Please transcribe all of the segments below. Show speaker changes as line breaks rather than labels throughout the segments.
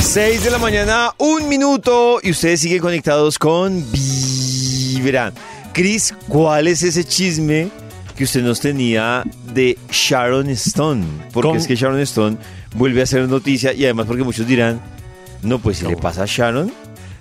6 de la mañana, un minuto y ustedes siguen conectados con Vibra. Cris, ¿cuál es ese chisme que usted nos tenía de Sharon Stone? Porque
¿Cómo?
es que Sharon Stone vuelve a ser noticia y además porque muchos dirán, no, pues si le pasa a Sharon,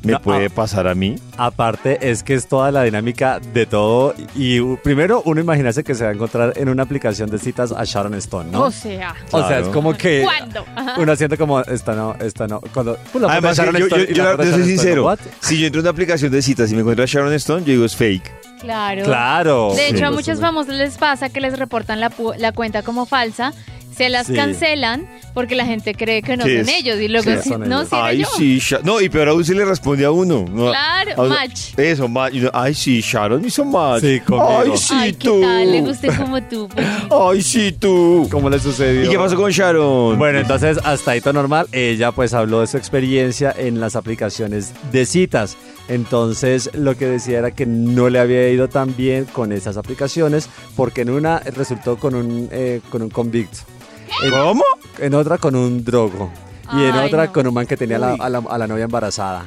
me
No,
puede
ah.
pasar a mí.
Aparte es que es toda la dinámica de todo y u- primero uno imaginarse que se va a encontrar en una aplicación de citas a Sharon Stone,
Oh,
¿no?
O sea,
O sea, es
Claro.
como que
¿cuándo? Ajá.
uno siente como esta no, esta no. Cuando pues, la foto
Además,
de Sharon
yo, yo-
Stone y
yo-
la foto de
yo soy
Sharon Stone,
sincero,
¿what?
si yo entro en una aplicación de citas y me encuentro a Sharon Stone, yo digo es fake.
Claro.
Claro.
De hecho, a muchos
vamos
famosos les pasa que les reportan la, pu- la cuenta como falsa, se las
Sí.
cancelan porque la gente cree que no
Sí,
son
es-
ellos y luego
sí,
si-
son
no,
ellos.
si era
Ay,
yo.
sí, Sha- No, y peor aún si le responde a uno. No,
Claro,
a uno-
match.
Eso, match. Y uno, Ay, sí, Sharon hizo match.
Sí, conmigo.
Ay, sí,
Ay,
tú.
¿qué tal? Le gusté como tú. pollito.
Ay, sí, tú.
¿Cómo le sucedió?
¿Y qué pasó con Sharon?
Bueno, entonces hasta ahí todo normal. Ella pues habló de su experiencia en las aplicaciones de citas. Entonces lo que decía era que no le había ido tan bien con esas aplicaciones porque en una resultó con un, eh, con un convicto,
¿Cómo?
en otra con un drogo y en
Ay,
otra
no.
con un man que tenía la- a, la, a la novia embarazada.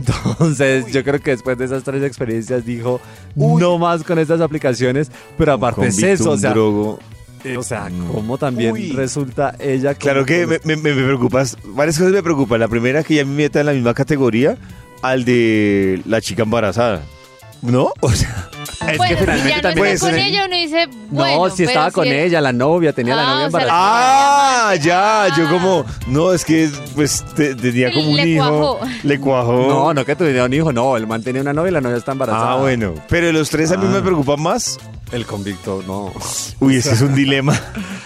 Entonces yo creo que después de esas tres experiencias dijo no más con estas aplicaciones, pero aparte es
Convicto,
Pues eso, o
un
sea,
drogo.
eh, o sea, cómo también
Uy.
resulta ella con-
Claro que
con-
me, me, me- me preocupas. Varias cosas me preocupan. La primera, que ya me meta en la misma categoría al de la chica embarazada. ¿No? O sea,
Es
bueno, si
que finalmente
Pues, ya no
también
está
puede
con
ser.
ella, uno dice, bueno. pues,
no, si
pero
estaba con
era-
ella, la novia, tenía la
Ah,
novia
o sea, la-
embarazada.
¡Ah! Ya, yo como. No, es que pues te- tenía como un
Le
hijo.
cuajó.
Le cuajó.
No, no que tuviera un hijo, no, el man tenía una novia y la novia está embarazada.
Ah, bueno. Pero de los tres a mí
Ah.
me preocupan más.
El convicto, no.
Uy, ese es un dilema.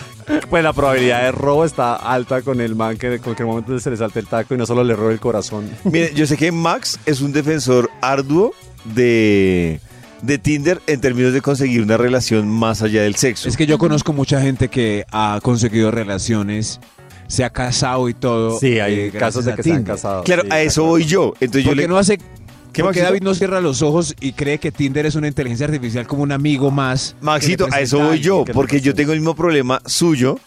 Pues la probabilidad de robo está alta con el man que en cualquier momento se le salte el taco y no solo le robe el corazón.
Mire, yo sé que Max es un defensor arduo de, de Tinder en términos de conseguir una relación más allá del sexo.
Es que yo conozco mucha gente que ha conseguido relaciones, se ha casado y todo.
Sí, hay
eh, gracias
casos de
a
que se han
Tinder.
casado.
claro,
sí,
a eso
de
voy
acuerdo.
yo. Entonces yo
Porque
le,
no hace
¿Qué,
porque
Maxito?
David no cierra los ojos y cree que Tinder es una inteligencia artificial como un amigo más.
Maxito, a eso voy yo, porque yo tengo el mismo problema suyo,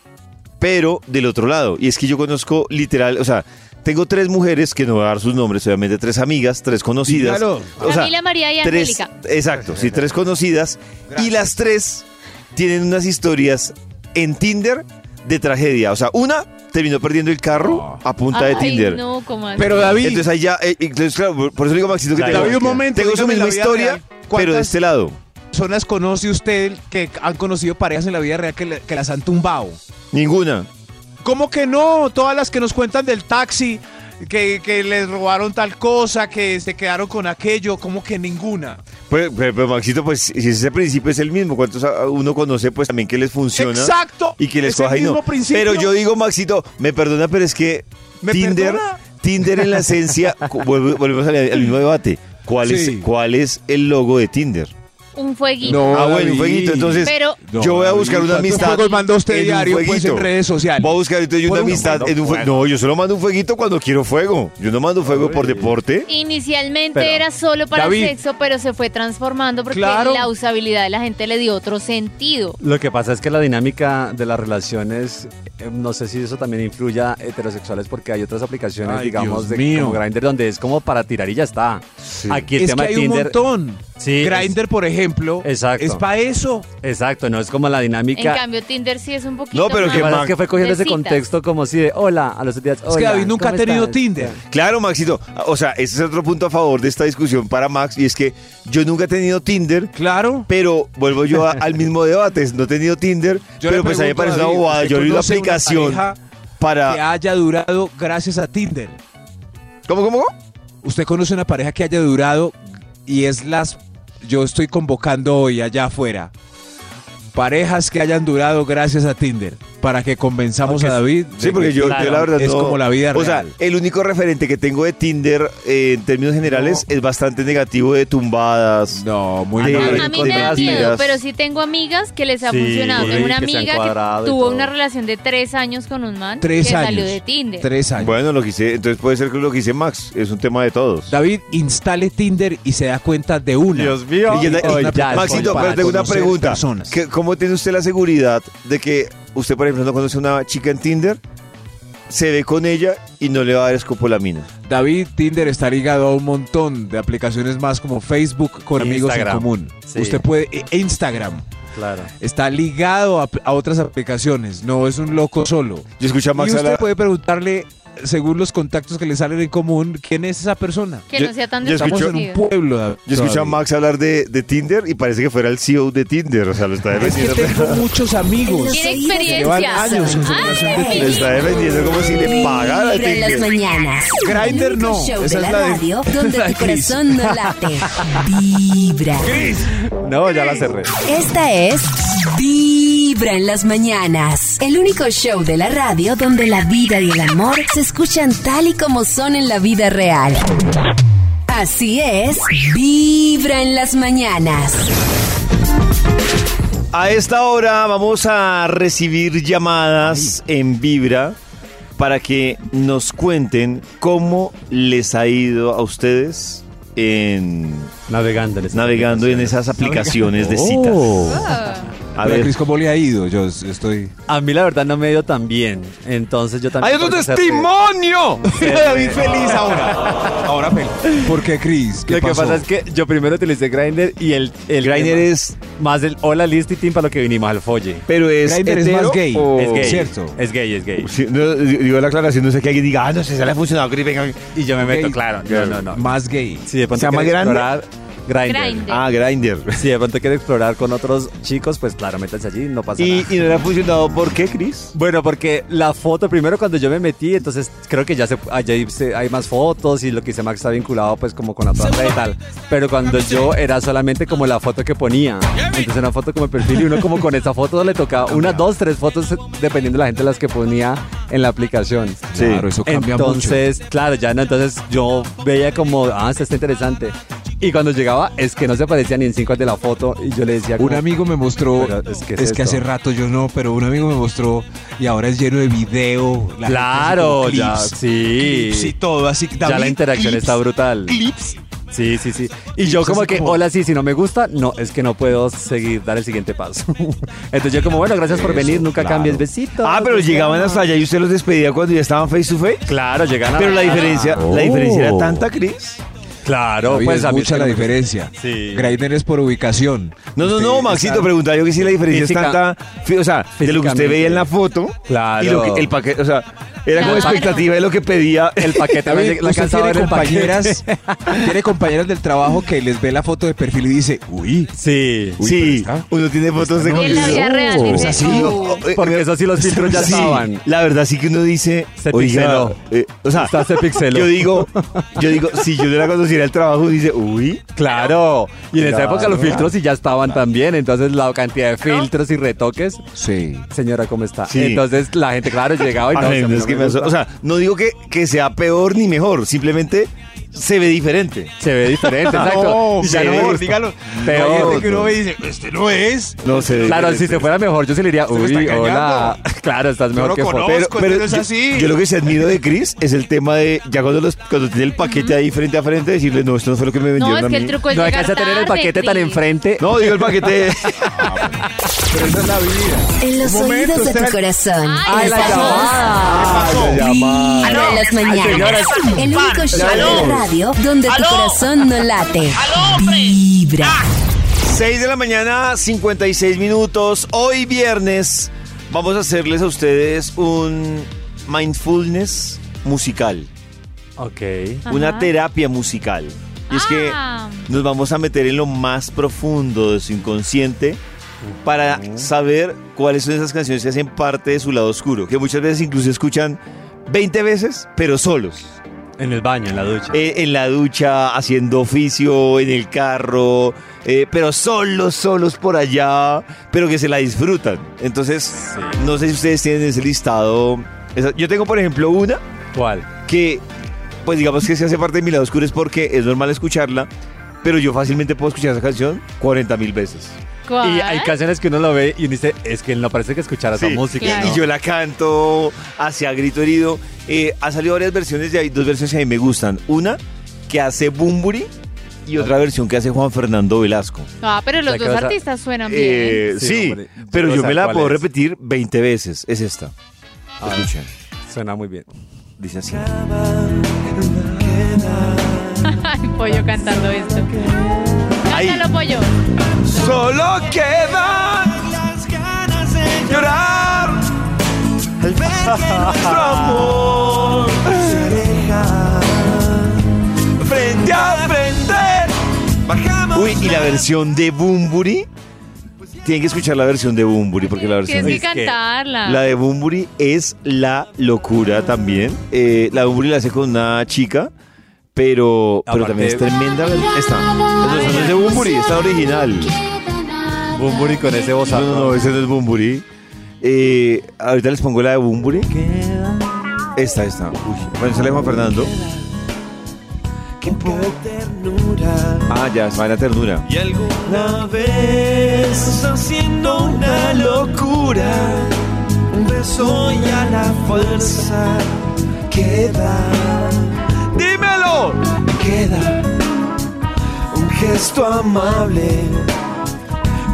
pero del otro lado. Y es que yo conozco literal, o sea, tengo tres mujeres que no voy a dar sus nombres, obviamente tres amigas, tres conocidas.
Dígalo.
O sea,
Camila, María y
tres,
Angélica.
exacto, sí, tres conocidas. Y las tres tienen unas historias en Tinder de tragedia. O sea, una terminó perdiendo el carro a punta de
Ay,
Tinder.
no, ¿cómo así?
Ah. Pero David,
Entonces ahí ya, eh, entonces, claro, por- por eso le digo a Maxito que
Claro.
tengo,
David, un
momento,
tengo su
dígame la
misma
vida
historia,
real.
pero de
¿Cuántas-
este lado.
personas conoce usted que han conocido parejas en la vida real que, le- que las han tumbado.
Ninguna.
¿Cómo que no? Todas las que nos cuentan del taxi, que, que les robaron tal cosa, que se quedaron con aquello, ¿cómo que ninguna?
Pues, pero, pero, Maxito, pues si ese principio es el mismo, cuántos a- uno conoce, pues también que les funciona.
Exacto.
Y que les
es el
coja y no.
mismo principio.
Pero yo digo, Maxito, me perdona, pero es que
¿Me
Tinder,
perdona?
Tinder en la esencia, cu- vuelve- volvemos al, al mismo debate. ¿Cuál,
Sí.
es, ¿Cuál es el logo de Tinder?
Un fueguito.
No,
ah, bueno, un
David.
fueguito. Entonces,
Pero-
No,
yo voy a buscar una
¿Cuántos
amistad.
juegos manda usted
en un
diario, pues, en
fueguito?
redes sociales?
Voy a buscar entonces yo una
Por un-
amistad
no,
en un fue-
bueno.
No, yo solo mando un fueguito cuando quiero fuego. Yo no mando fuego por
Uy.
deporte.
Inicialmente
Pero,
era solo para
David.
sexo, pero se fue transformando porque
Claro.
la usabilidad de la gente le dio otro sentido.
Lo que pasa es que la dinámica de las relaciones, eh, no sé si eso también influya a heterosexuales, porque hay otras aplicaciones,
Ay,
digamos,
Dios
de,
mío.
como Grindr, donde es como para tirar y ya está. Aquí el
es que
tema
hay
de
un
Tinder.
montón.
Sí, es-
Grindr, por ejemplo,
Exacto.
es para eso.
Exacto, no es como la
En
dinámica.
cambio, Tinder sí es un poquito
No, pero
Lo
más.
que
que
pasa
Mac-
es que fue cogiendo
de
ese
citas.
contexto como si de hola a los días.
Es que David nunca ha tenido Tinder.
Claro, Maxito. O sea, ese es otro punto a favor de esta discusión para Max y es que yo nunca he tenido Tinder,
Claro.
pero vuelvo yo a- al mismo debate. No he tenido Tinder,
Yo le
pero pues a mí me
pregunto a
parece una
David,
bobada.
¿usted
Yo leí una
conoce una
aplicación
pareja Que
para.
haya durado gracias a Tinder.
¿Cómo, cómo? cómo?
Usted conoce una pareja que haya durado y es las. Yo estoy convocando hoy allá afuera. Parejas que hayan durado gracias a Tinder. para que convenzamos
Aunque
a David.
Sí,
de
porque
que
yo, yo la verdad
es
no-
como la vida
O sea,
real.
el único referente que tengo de Tinder eh, en términos generales es bastante negativo de tumbadas.
No, muy
Sí,
Ah, No,
mal.
Pero
a mí me da
encontrás
miedo,
amigas.
pero sí tengo amigas que les ha
Sí,
funcionado. Tengo una
que se han
amiga
cuadrado
que
y
tuvo
todo.
una relación de tres años con un man
Tres
que salió
años.
de Tinder.
Tres años.
Bueno, lo que hice, entonces puede ser que lo que hice Max, es un tema de todos.
David instale Tinder y se da cuenta de una.
mío.
Y ya-
Ay, ya,
Maxito,
para
pero tengo una
conocer
pregunta.
personas.
¿Qué- ¿Cómo tiene usted la seguridad de que usted, por ejemplo, no conoce a una chica en Tinder, se ve con ella y no le va a dar escopo la mina?
David, Tinder está ligado a un montón de aplicaciones más como Facebook con amigos en
Instagram.
común.
Sí.
Usted puede. e- Instagram
Claro.
está ligado a, a otras aplicaciones. No es un loco solo.
Yo escuché a
Y
Max
usted
hablar-
puede preguntarle, según los contactos que le salen en común, quién es esa persona.
Que
Yo-
no sea tan
yo escucho-
Estamos en un
desconocido.
pueblo. David,
yo escuché a
todavía.
Max hablar de, de Tinder y parece que fuera el CEO de Tinder. O sea, lo está
Es que
defendiendo.
tengo muchos amigos.
Tiene
que Llevan
experiencia.
años en su
Ay,
relación de
Lo está defendiendo como si le pagara este a
Vibra en las
Tinder.
mañanas.
Grindr
El único
no,
show
esa
de
es
la
la de-
radio donde
la
tu
de Cris.
corazón no late. Vibra.
No, ya la cerré.
Esta es Vibra en las mañanas. El único show de la radio donde la vida y el amor se escuchan tal y como son en la vida real. Así es, Vibra en las mañanas.
A esta hora vamos a recibir llamadas en Vibra para que nos cuenten cómo les ha ido a ustedes en
Navegando. en esas
navegando en esas aplicaciones de citas.
Oh.
A
Pero,
ver,
Cris, ¿cómo le ha ido? Yo s- estoy.
A mí la verdad no me ha ido tan bien. Entonces yo también...
¡Hay otro
por eso
testimonio! David feliz ahora.
Ahora, ¿Por qué, Cris?
cerré.
¿Qué
Lo que
pasó?
pasa es que yo primero utilicé Grindr y el... el
Grindr
tema-
es,
Más del hola, listo y tim para lo que vinimos al folle.
pero es,
Grindr es
hetero
más gay.
o-
Es gay.
Cierto.
Es gay, es gay.
Sí, no, digo la aclaración, no sé que alguien diga, ah, no sé, se le ha funcionado, Cris, venga.
Y yo me meto,
Gay.
claro. No, no, no.
Más gay.
Si de pronto
¿Se llama
quiere
Grindr?
explorar, Grindr.
Grindr.
Ah, Grindr.
Si de pronto quiere explorar con otros chicos, pues claro, métanse allí, no pasa
Y,
nada.
y no le ha funcionado, ¿por qué, Cris?
Bueno, porque la foto, primero cuando yo me metí, entonces creo que ya se, allá hay, se- hay más fotos y lo que hice Max está vinculado pues como con la otra red y tal. Pero cuando yo era solamente como la foto que ponía. Entonces era una foto como el perfil y uno como con esa foto le tocaba una, dos, tres fotos dependiendo de la gente las que ponía en la aplicación.
Sí.
Claro, eso cambia
Entonces, claro, ya no, entonces yo veía como, ah, esto está interesante. Y cuando llegaba, es que no se parecía ni en cinco de la foto. Y yo le decía,
mucho. Un
como,
amigo me mostró.
Pero es
Es
que
que,
es esto.
hace rato yo no, pero un amigo me mostró y ahora es lleno de video. la gente hace
Claro,
como
ya,
clips,
sí.
clips y todo, así que
ya la
David,
interacción
clips,
está brutal.
Clips.
Sí, sí, sí. Y yo
Entonces,
como que,
como-
hola, sí, si no me gusta, no, es que no puedo seguir, dar el siguiente paso. Entonces yo como, bueno, gracias por
Eso,
venir, nunca
claro.
cambies, besitos.
Ah, pero
besitos.
llegaban hasta allá y usted los despedía cuando ya estaban face to face.
Claro, llegan a
Pero la Oh. diferencia, la diferencia era tanta, Cris.
Claro,
David,
pues
es
a mí es
mucha
que
la
no me-
diferencia.
Sí.
Grindr es por ubicación.
No, no, no,
Usted
Maxito,
está-
preguntaba yo que si la diferencia
Física-
es tanta, fi- o sea, de lo que usted
físicamente.
veía en la foto
Claro.
y lo que el paquete, o sea, era como
Claro.
expectativa de lo que pedía
El paquete,
David,
la
usted
alcanzaba a ver
tiene
el paquete.
compañeras, tiene compañeras del trabajo que les ve la foto de perfil y dice, uy,
Sí.
Uy,
sí,
pero está-
uno tiene fotos de
no.
En la vida
condición.
real.
Oh.
dice,
Es
Sí,
"Oh".
o- o-
Porque eso sí los filtros ya
sí,
estaban.
La verdad sí que uno dice,
Se
oiga,
pixeló.
eh, o sea,
Está se pixeló.
yo digo, yo digo, si yo no la conociera el trabajo, uno dice, uy,
Claro. Y en esa
Claro.
época los filtros sí ya estaban también. Entonces la cantidad de filtros y retoques.
sí.
Señora, ¿cómo está?
Sí.
Entonces la gente, claro, llegaba y no,
Ay,
si a mí
es
no
que
me
me
gusta.
aso- o sea, no digo que, que sea peor ni mejor, simplemente se ve diferente.
se ve diferente, exacto.
No,
Y ya no me
peor,
gusta.
dígalo.
Peor.
Hay gente que uno ve y dice, este no es.
No se ve
Claro,
diferente.
si se fuera mejor, yo se le diría,
me está
uy,
engañando.
hola. Claro, estás mejor
lo
que foto.
conozco.
Pero-
Pero- pero es
yo-
así.
Yo, lo que se admiro de Chris es el tema de ya cuando, los, cuando tiene el paquete ahí frente a frente decirle no esto no fue lo que me
No,
vendieron
es
a
que el
mí".
truco es
No
llegar
alcanza a tener el
tarde,
paquete tan
Cris.
enfrente.
No digo el paquete.
Pero esa es la vida.
En los
Un momento,
oídos de tu
espera.
corazón.
Ay, la
Esta es
llamada.
Ay, la llamada.
Vibra en las
señora,
mañanas.
es
El único show de la radio donde tu corazón no late. Vibra.
6 Ah, de la mañana, 56 minutos. Hoy viernes vamos a hacerles a ustedes un mindfulness musical,
Ok.
una
Ajá.
terapia musical. Y es que
Ah.
nos vamos a meter en lo más profundo de su inconsciente para saber cuáles son esas canciones que hacen parte de su lado oscuro, que muchas veces incluso escuchan 20 veces, pero solos.
En el baño, en la ducha.
eh, en la ducha, haciendo oficio, en el carro, eh, pero solos, solos por allá, pero que se la disfrutan. Entonces, no sé si ustedes tienen ese listado. Esa- Yo tengo, por ejemplo, una
¿Cuál?
que, pues digamos que se hace parte de mi lado oscuro es porque es normal escucharla, pero yo fácilmente puedo escuchar esa canción 40 mil veces.
¿Cuál?
Y hay canciones que uno lo ve y uno dice, es que no parece que escuchara esa
Sí,
música.
claro.
Y
¿no?
yo la canto hacia grito herido. Eh, ha salido varias versiones y hay dos versiones que a mí me gustan. Una que hace Bumburi y otra versión que hace Juan Fernando Velasco.
Ah, pero los
O
dos
sea, que vas a-
artistas suenan bien.
Eh,
Sí,
sí,
hombre,
pero
yo
yo
sé
me la
cuál
puedo
es.
repetir 20 veces. Es esta.
Ah.
Escuchen.
Suena muy bien.
Dice así.
Ay, pollo cantando esto.
Ahí.
Cántalo, pollo.
Solo quedan las ganas de llorar al ver que nuestro amor se aleja frente a frente. Uy, y la versión de Bumburi. Tienen que escuchar la versión de Bumburi porque la versión
Tienes
de
que
es que
cantarla.
la de Bumburi es la locura también. Eh, la de Bumburi la hace con una chica, pero, pero
Aparte-
también es tremenda. la- Esta. Entonces, no es de Bumburi, está original.
Bumburi con ese
No,
vozazo.
no, no, ese no es Bumburi. Eh, ahorita les pongo la de Bumburi. Esta, esta. Uy, bueno, sale Juan Fernando. Ah, ya, se va en la ternura.
Y alguna vez haciendo una locura, un beso y a la fuerza queda. ¡Dímelo! Queda un gesto amable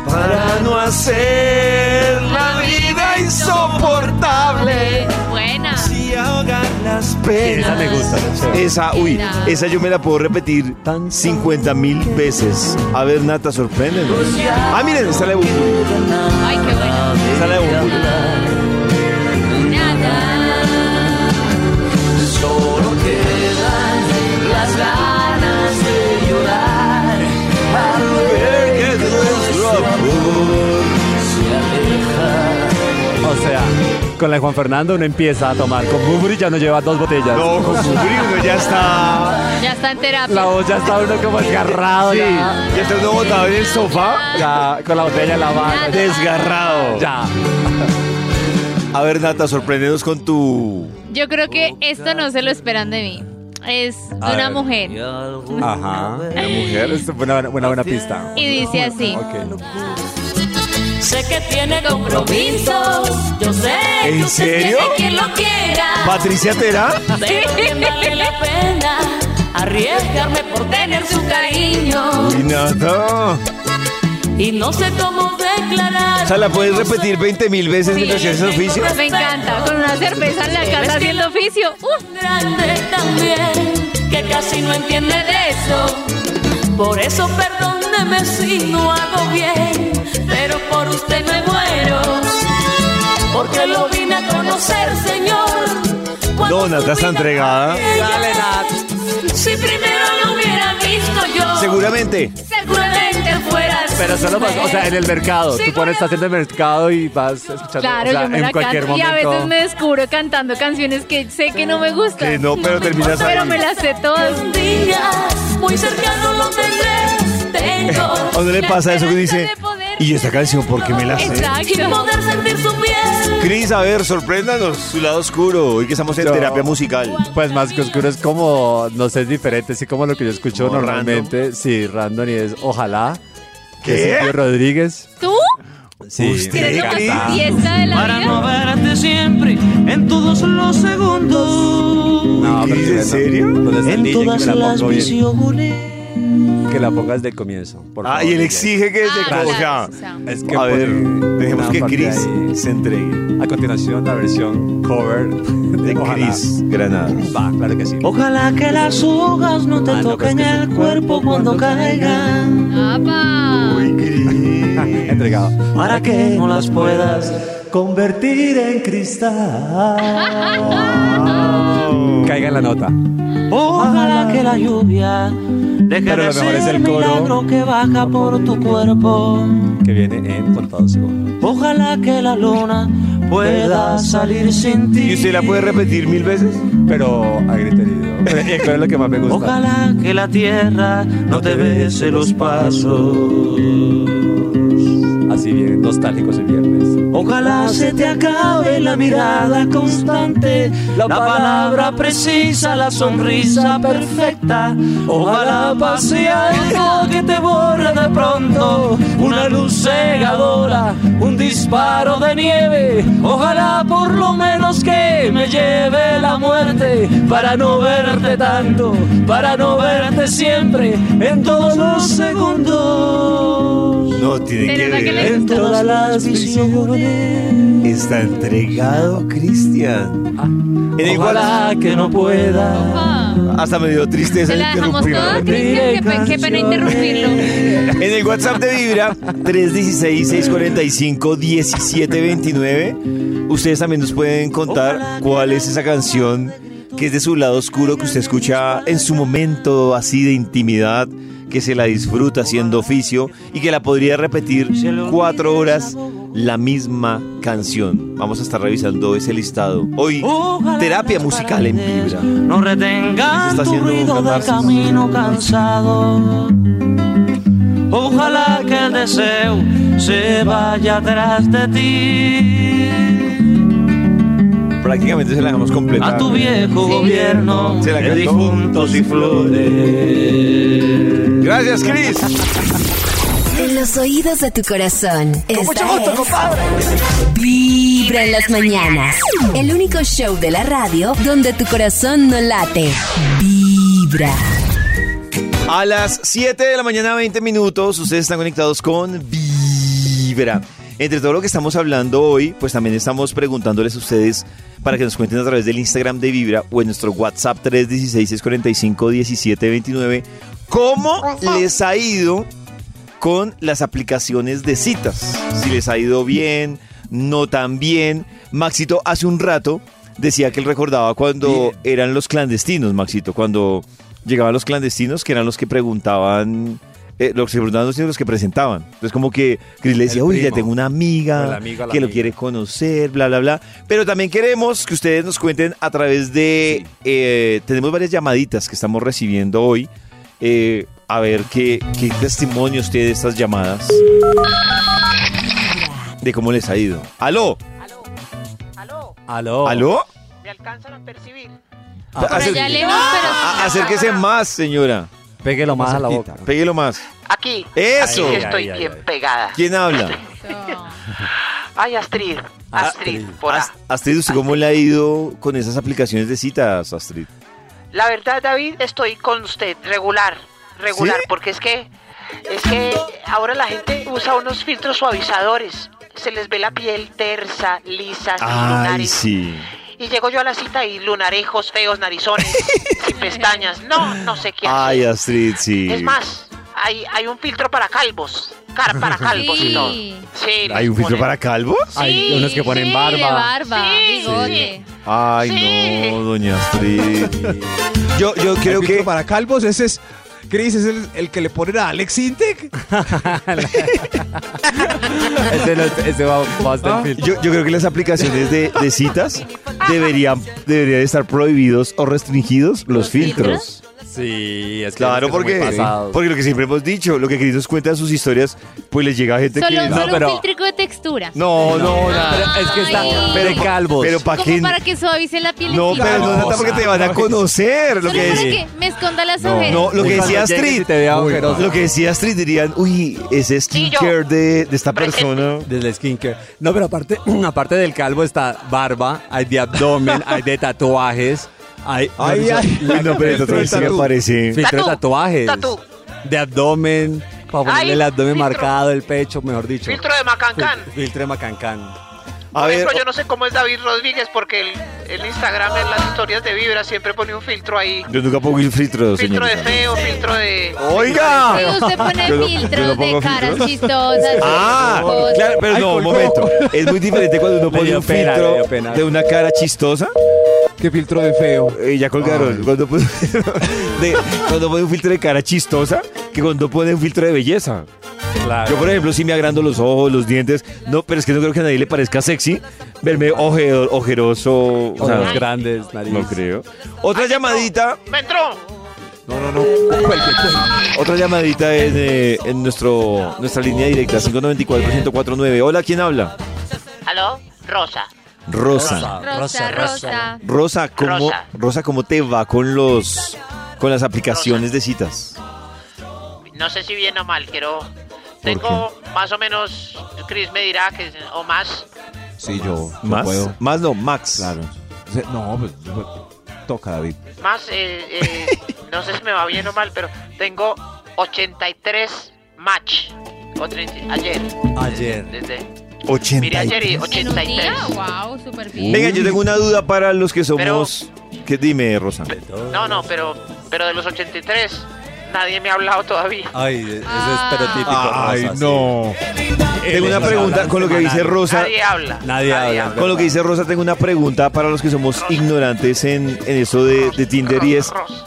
para no hacer la vida insoportable.
Buena.
Si ahogan las
Esa
penas.
me gusta. es chévere.
Esa, uy, esa yo me la puedo repetir 50 mil veces. A ver, Nata, sorpréndeme. Ah, miren, esta es la de Bumburi.
Ay, qué buena.
Esta es la de Bumburi.
Nada.
Solo quedan las ganas de llorar al ver que nuestro amor se aleja.
O sea, con la de Juan Fernando uno empieza a tomar. Con Bumburi ya no lleva dos botellas.
No, con Bumburi uno ya está.
Ya está en terapia.
La voz ya está uno como desgarrado.
Sí,
Ya,
ya está uno botado en el sofá.
ya con la botella en la mano.
Desgarrado.
Ya.
A ver, Nata, sorpréndenos con tu.
Yo creo que esto no se lo esperan de mí. Es de
A
una
ver.
mujer.
Ajá. La mujer es una buena, buena, buena pista.
Y dice así.
Ok.
Sé que tiene compromiso. Yo sé
¿En
que usted
serio?
quiere quien lo quiera.
Patricia Tera.
Pero que vale la pena arriesgarme por tener su cariño.
Uy, Nata.
Y no sé cómo declarar.
O sea, la puedes repetir 20 mil veces
Sí.
mientras haces oficio.
Me encanta. Con una cerveza en la casa haciendo oficio. Uh. ¡Uf!
grande también, que casi no entiende de eso. Por eso perdóneme si no hago bien, pero por usted me muero. Porque lo vine a conocer, señor.
No, Nata está
Ah.
entregada.
Dale, Nat. Si primero lo hubiera visto yo,
Seguramente.
seguramente fuera
Pero solo
más,
vas, o sea, en el mercado. Tú pones, estás en el mercado y vas escuchando.
Claro,
o sea,
yo me
en
la
cualquier
canto. Y
momento.
a veces me descubro cantando canciones que sé que no me gustan.
Que no, pero terminas
Pero
ahí.
me las sé todas.
Un día muy cercano lo tendré. Tengo.
¿A dónde le
La
pasa eso que dice?
esperanza de poder-
¿Y esta canción por qué me la sé?
Sin
Exacto.
poder sentir su piel.
Cris, a ver, sorpréndanos su lado oscuro. Hoy que estamos en
Yo-
terapia musical.
Pues más que oscuro es como, no sé, es diferente, así como lo que yo escucho
Como
normalmente, sí, random y es ojalá.
¿Qué?
Que Silvio Rodríguez.
¿Tú?
Sí,
¿Usted
me
¿Tienes lo
Venga,
más
va.
encanta.
fiesta de la
Para
vida?
no verte siempre en todos los segundos.
No, pero
¿Cris, en
no,
serio?
no es el
En
DJ que
todas
me la
las
pongo bien.
visiones.
Que la pongas desde el comienzo. por
Ah,
favor,
y él
DJ.
exige que
Ah,
se
claro,
coja.
o sea.
Es que
a ver,
pone
dejemos
una
que
parte
Cris
ahí.
se entregue.
A continuación, la versión cover
De
de Ojalá.
Cris Granados.
Va, claro que sí.
Ojalá que las hojas no te
Ah, no,
toquen
pero es que
el
sí.
cuerpo cuando caigan.
¡Apa!
Uy, Cris.
Entregado.
Para que no las puedas
convertir en cristal.
Oh. Caiga en la nota.
Ojalá que la lluvia deje
Pero
de
lo mejor
ser
es el coro.
milagro que baja por tu cuerpo.
Que viene en contados segundos.
Ojalá que la luna pueda salir sin ti.
¿Y usted la puede repetir mil veces?
Pero a grito herido. Pero, eh, pero es lo que más me gusta.
Ojalá que la tierra no te bese los pasos.
Así bien, nostálgicos el viernes.
Ojalá se te acabe la mirada constante, la palabra precisa, la sonrisa perfecta. Ojalá pase algo que te borre de pronto, una luz cegadora, un disparo de nieve. Ojalá por lo menos que me lleve la muerte para no verte tanto, para no verte siempre en todos los segundos.
No, tiene que
Pero la que le-
ver.
En todas las visiones.
Está entregado, Cristian. Era igual.
Ojalá que no pueda.
Ah,
Hasta me dio tristeza
¿Se la dejamos
interrumpirlo.
toda, Cristian? Qué pe- Qué pena interrumpirlo.
En el WhatsApp de Vibra, 316-645-1729, ustedes también nos pueden contar cuál es esa canción que es de su lado oscuro, que usted escucha en su momento así de intimidad, que se la disfruta haciendo oficio y que la podría repetir cuatro horas la misma canción. Vamos a estar revisando ese listado. Hoy, terapia musical en Vibra.
No
Se
retengan
está
tu
haciendo
ruido del
catarsis.
camino cansado. Ojalá que el deseo se vaya atrás de ti.
Prácticamente se la dejamos completa.
A tu viejo gobierno
Se la
de
cantó.
difuntos y flores.
Gracias, Chris.
En los oídos de tu corazón. Esta es Vibra en las mañanas. El único show de la radio donde tu corazón no late. Vibra.
A las 7 de la mañana, 20 minutos, ustedes están conectados con Vibra. Entre todo lo que estamos hablando hoy, pues también estamos preguntándoles a ustedes para que nos cuenten a través del Instagram de Vibra o en nuestro WhatsApp 316-645-1729 cómo les ha ido con las aplicaciones de citas. Si les ha ido bien, no tan bien. Maxito hace un rato decía que él recordaba cuando eran los clandestinos, Maxito, cuando llegaban los clandestinos, que eran los que preguntaban, eh, los que preguntaban no, sino los que presentaban. Entonces como que Cris le decía,
El
uy, ya
primo.
tengo una amiga
O el amigo, la
que lo
amiga".
quiere conocer, bla, bla, bla. Pero también queremos que ustedes nos cuenten a través de... eh, tenemos varias llamaditas que estamos recibiendo hoy. eh, a ver qué, qué testimonio usted de estas llamadas. De cómo les ha ido. ¿Aló?
Aló, aló,
Aló.
¿Aló?
me alcanzan a percibir. ah,
Ah,
Por
Acer-
allá lejos, pero...
a- acérquese más, señora.
Péguelo más a la boca.
Péguelo más.
Aquí,
¡Eso!
aquí estoy
ay, ay,
bien
ay.
pegada.
¿Quién habla?
Ay, Astrid, Astrid, por
As-
A.
Astrid, ¿usted cómo le ha ido con esas aplicaciones de citas, Astrid?
La verdad, David, estoy con usted, regular, regular,
¿Sí?
porque es que, es que ahora la gente usa unos filtros suavizadores. Se les ve la piel tersa, lisa, sin
Ay,
lunares.
sí.
Y llego yo a la cita y lunarejos, feos, narizones, sin pestañas. No, no sé qué hacer.
Ay, Astrid, sí.
Es más, hay, hay un filtro para calvos. Car para calvos y
Sí.
todo. Sí,
¿Hay
les
un filtro
ponen-
para calvos?
Hay unos que ponen
sí,
barba.
de barba,
Sí,
bigote.
Ay,
Sí.
no, doña Astrid. Yo, yo
El
creo
filtro
que...
Para calvos, ese es. Chris es el, el que le ponen a Alex Intec.
Ese, no- ese va más del filtro.
Ah, Yo, yo creo que las aplicaciones de, de citas deberían, deberían estar prohibidos o restringidos los filtros.
Sí, es que
Claro,
es que son muy
porque,
pasados.
porque lo que siempre hemos dicho, lo que Cris nos cuenta de sus historias, pues les llega a gente
Solo,
que...
solo
pero-
un filtrico de textura.
No, no, no.
Pero es que están
Ay.
de calvos.
Pero para
como
qué...
para que suavice la piel.
No, pero no
Claro,
es porque te van a conocer.
Solo
Lo que
para que
decía-
me esconda las ojeras.
No, lo
Y
que
cuando
decía
llegues y
Astrid.
te vea
Uy,
ojeroso.
Lo que decía Astrid dirían, uy, ese skincare de, de esta persona.
Del skincare. No, pero aparte, aparte del calvo está barba, hay de abdomen, hay de tatuajes, hay
Ay,
no,
ay.
la-
Uy, no, pero
Filtro
esto
de
sí me
tatú.
parece.
filtro de
Tatú,
tatuajes,
tatú.
de abdomen, para ponerle
Ay,
el abdomen
filtro.
marcado, el pecho, mejor dicho.
Filtro de Macancán.
Fil- Filtro de macancán.
A
Por
ver,
ejemplo, yo no sé cómo es David Rodríguez porque él El Instagram en las historias de Vibra siempre pone un filtro ahí.
Yo nunca pongo el filtro,
Filtro de
señorita.
feo, filtro de...
¡Oiga!
Sí, usted pone
Yo no- yo no
filtros de
pongo
caras
filtros.
chistosas.
Ah,
cosas.
claro, pero no, un momento. Es muy diferente cuando uno
Le
pone
dio
un
pena, le
filtro
dio pena.
de una cara chistosa.
Qué filtro de feo.
Eh, ya colgaron. Cuando, pone, de- cuando pone un filtro de cara chistosa, que cuando pone un filtro de belleza. Yo, por ejemplo, sí me agrando los ojos, los dientes. No, pero es que no creo que a nadie le parezca sexy verme oje- ojeroso. O sea,
Ojos grandes, nariz.
no creo. Otra llamadita.
¡Me entró!
No, no, no. Otra llamadita en, eh, en nuestro, nuestra línea directa, 594-1049. Hola, ¿quién habla?
¿Aló? Rosa.
Ah, Rosa.
Rosa, rosa.
Rosa, ¿cómo,
Rosa.
Rosa, ¿cómo te va con los con las aplicaciones de citas?
No sé si bien o mal, quiero... Tengo más o menos, Chris me dirá que o más.
Sí, yo. yo
¿Más?
puedo.
Más no, Max.
Claro. O sea, No, pues, pues, toca, David.
Más, eh, eh, no sé si me va bien o mal, pero tengo 83 match. O 30 ayer.
Ayer.
Desde, miré
80.
ayer y
En un día,
83.
wow, súper bien.
Venga, yo tengo una duda para los que somos. ¿Qué dime, Rosa?
No, no, pero, pero de los 83 nadie me ha hablado todavía.
Ay, ese es estereotípico. Rosa, sí.
no.
Tengo una
Rosa
pregunta
habla
con lo que dice
semanal.
Rosa.
nadie habla.
nadie habla.
Con lo que dice Rosa, tengo una pregunta para los que somos ignorantes en, en eso de, de Tinder y es.
Rosa.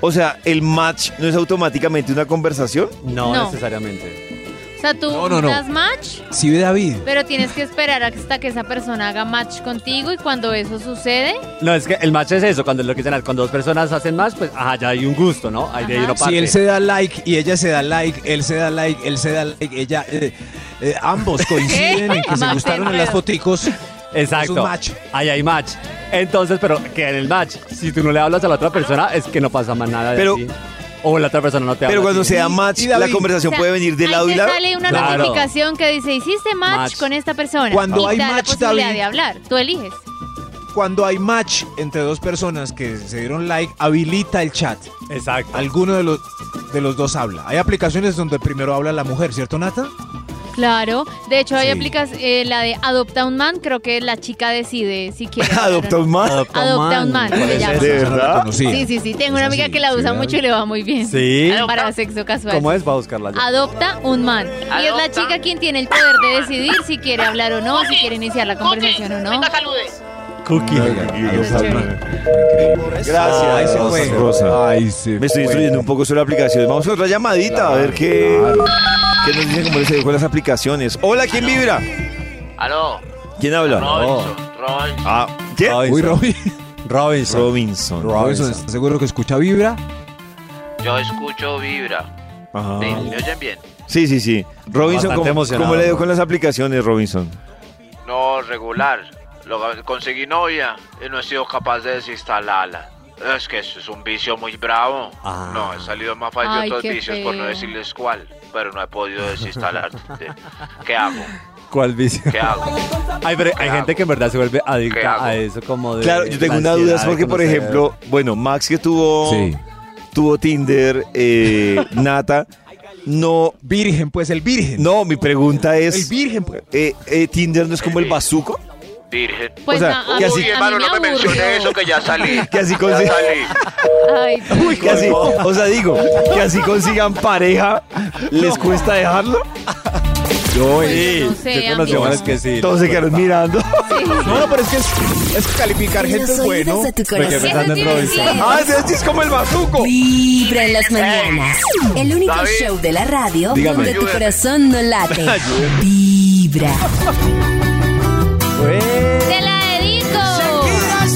O sea, el match no es automáticamente una conversación.
No,
No.
necesariamente.
O sea, tú
No, no, no.
das match,
Sí, David.
pero tienes que esperar hasta que esa persona haga match contigo y cuando eso sucede,
No, es que el match es eso, cuando lo que dicen, cuando dos personas hacen más, pues ajá, ya hay un gusto, ¿no? Hay de ahí
Ajá.
uno
Si
parte.
Si él se da like y ella se da like, él se da like, él se da like, ella. eh, eh, ambos coinciden en que se
Más
gustaron en
enredo.
las foticos.
Exacto.
Es un match.
Ahí hay match. Entonces, pero que en el match, si tú no le hablas a la otra persona, es que no pasa más nada de
Pero-
ti. O la otra persona no te habla.
Pero cuando
a ti.
se da match,
y
la
David.
conversación
O sea,
puede venir de
ahí
lado y
te
lado.
sale una
Claro.
notificación que dice, hiciste match,
Match.
con esta persona.
Cuando
y
hay
te da la
match,
posibilidad
David.
de hablar. Tú eliges.
Cuando hay match entre dos personas que se dieron like, habilita el chat.
Exacto.
Alguno de los, de los dos habla. Hay aplicaciones donde primero habla la mujer, ¿cierto, Nata?
Claro. De hecho, ahí
Sí.
aplicas eh, la de adopta un man. Creo que la chica decide si quiere. hablar o
Adopta
no.
un match.
Adopta un
Adopta un man,
man.
se
Puede
llama.
ser.
¿De
Esa no la
verdad?
conocía.
Sí, sí, sí. Tengo
Es
una
así,
amiga que la
sí,
usa
¿verdad?
mucho y le va muy bien.
Sí.
Para sexo casual.
¿Cómo es? Va a buscarla ya.
Adopta un man. Y es la
Adopta.
chica quien tiene el poder de decidir si quiere hablar o no, si quiere iniciar la conversación o no.
Venga, salude.
Cookie.
Gracias.
Ahí se fue.
Rosa.
Ay, se
Me estoy
fue.
instruyendo un poco sobre aplicaciones. Vamos a otra llamadita a ver qué, qué nos dicen cómo les dejó las aplicaciones. Hola, ¿quién vibra?
Aló.
¿Quién habla? Oh.
Robinson. Robinson.
Ah, ¿quién?
Robinson.
Uy, Robin.
Robinson.
Robinson.
Robinson, ¿estás seguro que escucha Vibra?
Yo escucho Vibra.
Ajá.
Sí, ¿Me oyen bien?
Sí, sí, sí. Robinson,
Bastante
¿cómo,
emocionado,
cómo le dio
Robinson.
con las aplicaciones, Robinson?
No, regular. Lo- conseguí novia y no he sido capaz de desinstalarla. Es que eso es un vicio muy bravo.
Ah.
No, he salido más fácil de
Ay,
otros
qué
vicios por no
feo.
decirles cuál, pero no he podido desinstalar. De- ¿Qué hago?
¿Cuál vicio?
¿Qué hago?
Ay, pero hay gente que en verdad se vuelve
¿Qué
adicta
hago?
a eso como de
Claro, yo tengo
Pues, la
una duda, es
ansiedad de
porque, por
conocer.
ejemplo, bueno, Max que tuvo, tuvo Tinder, eh, Nata, no,
Virgen, pues el Virgen.
no, mi pregunta
el
es,
Virgen, pues.
eh, eh, ¿Tinder no es como el bazuco?
Virgen.
Pues
O sea,
a- a mí-
que así-
a mí
hermano, no me
aburrió.
mencioné eso que ya salí.
Que así
Ya
consigue...
salí.
Ay,
Uy, que así, o sea, digo, que así consigan pareja, ¿les cuesta dejarlo?
Yo,
Pues
sí,
yo no sé,
yo conocí
amigo.
hombres que sí.
Todos se quedaron mirando.
No, no, pero es que es, es que calificar gente
Los
es bueno. Pues,
oídos a tu
quedé
corazón.
pensando en Robinson.
Ah, sí, sí, es como el bazuco.
Vibra en las mañanas. El único
David.
show de la radio
Dígame.
donde tu
Ayúdeme.
corazón no late. Vibra.
Te la dedico.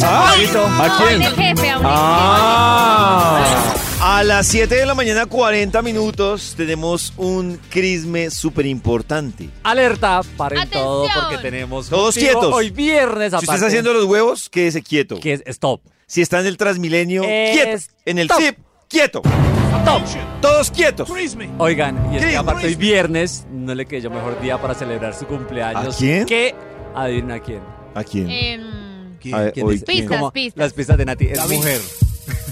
Ah, ¿a quién?
el jefe, a un
Ah. A las 7 de la mañana, 40 minutos, tenemos un crisme súper importante.
Alerta, paren
Atención.
todo porque tenemos.
Todos
festivo
quietos.
Hoy viernes,
Si usted está
aparte,
haciendo los huevos, quédese quieto.
Que es stop.
Si está en el Transmilenio, quieto.
Stop.
En el zip, quieto.
Stop.
Todos quietos.
Oigan, y es que
Cris,
aparte hoy
Luis.
viernes no le quedó mejor día para celebrar su cumpleaños.
¿A quién?
Que adivina quién.
¿A quién?
Em,
A ver,
¿Quién
hoy,
es?
¿quién?
Pistas,
Como
pistas.
Las pistas de Nati. Es mujer.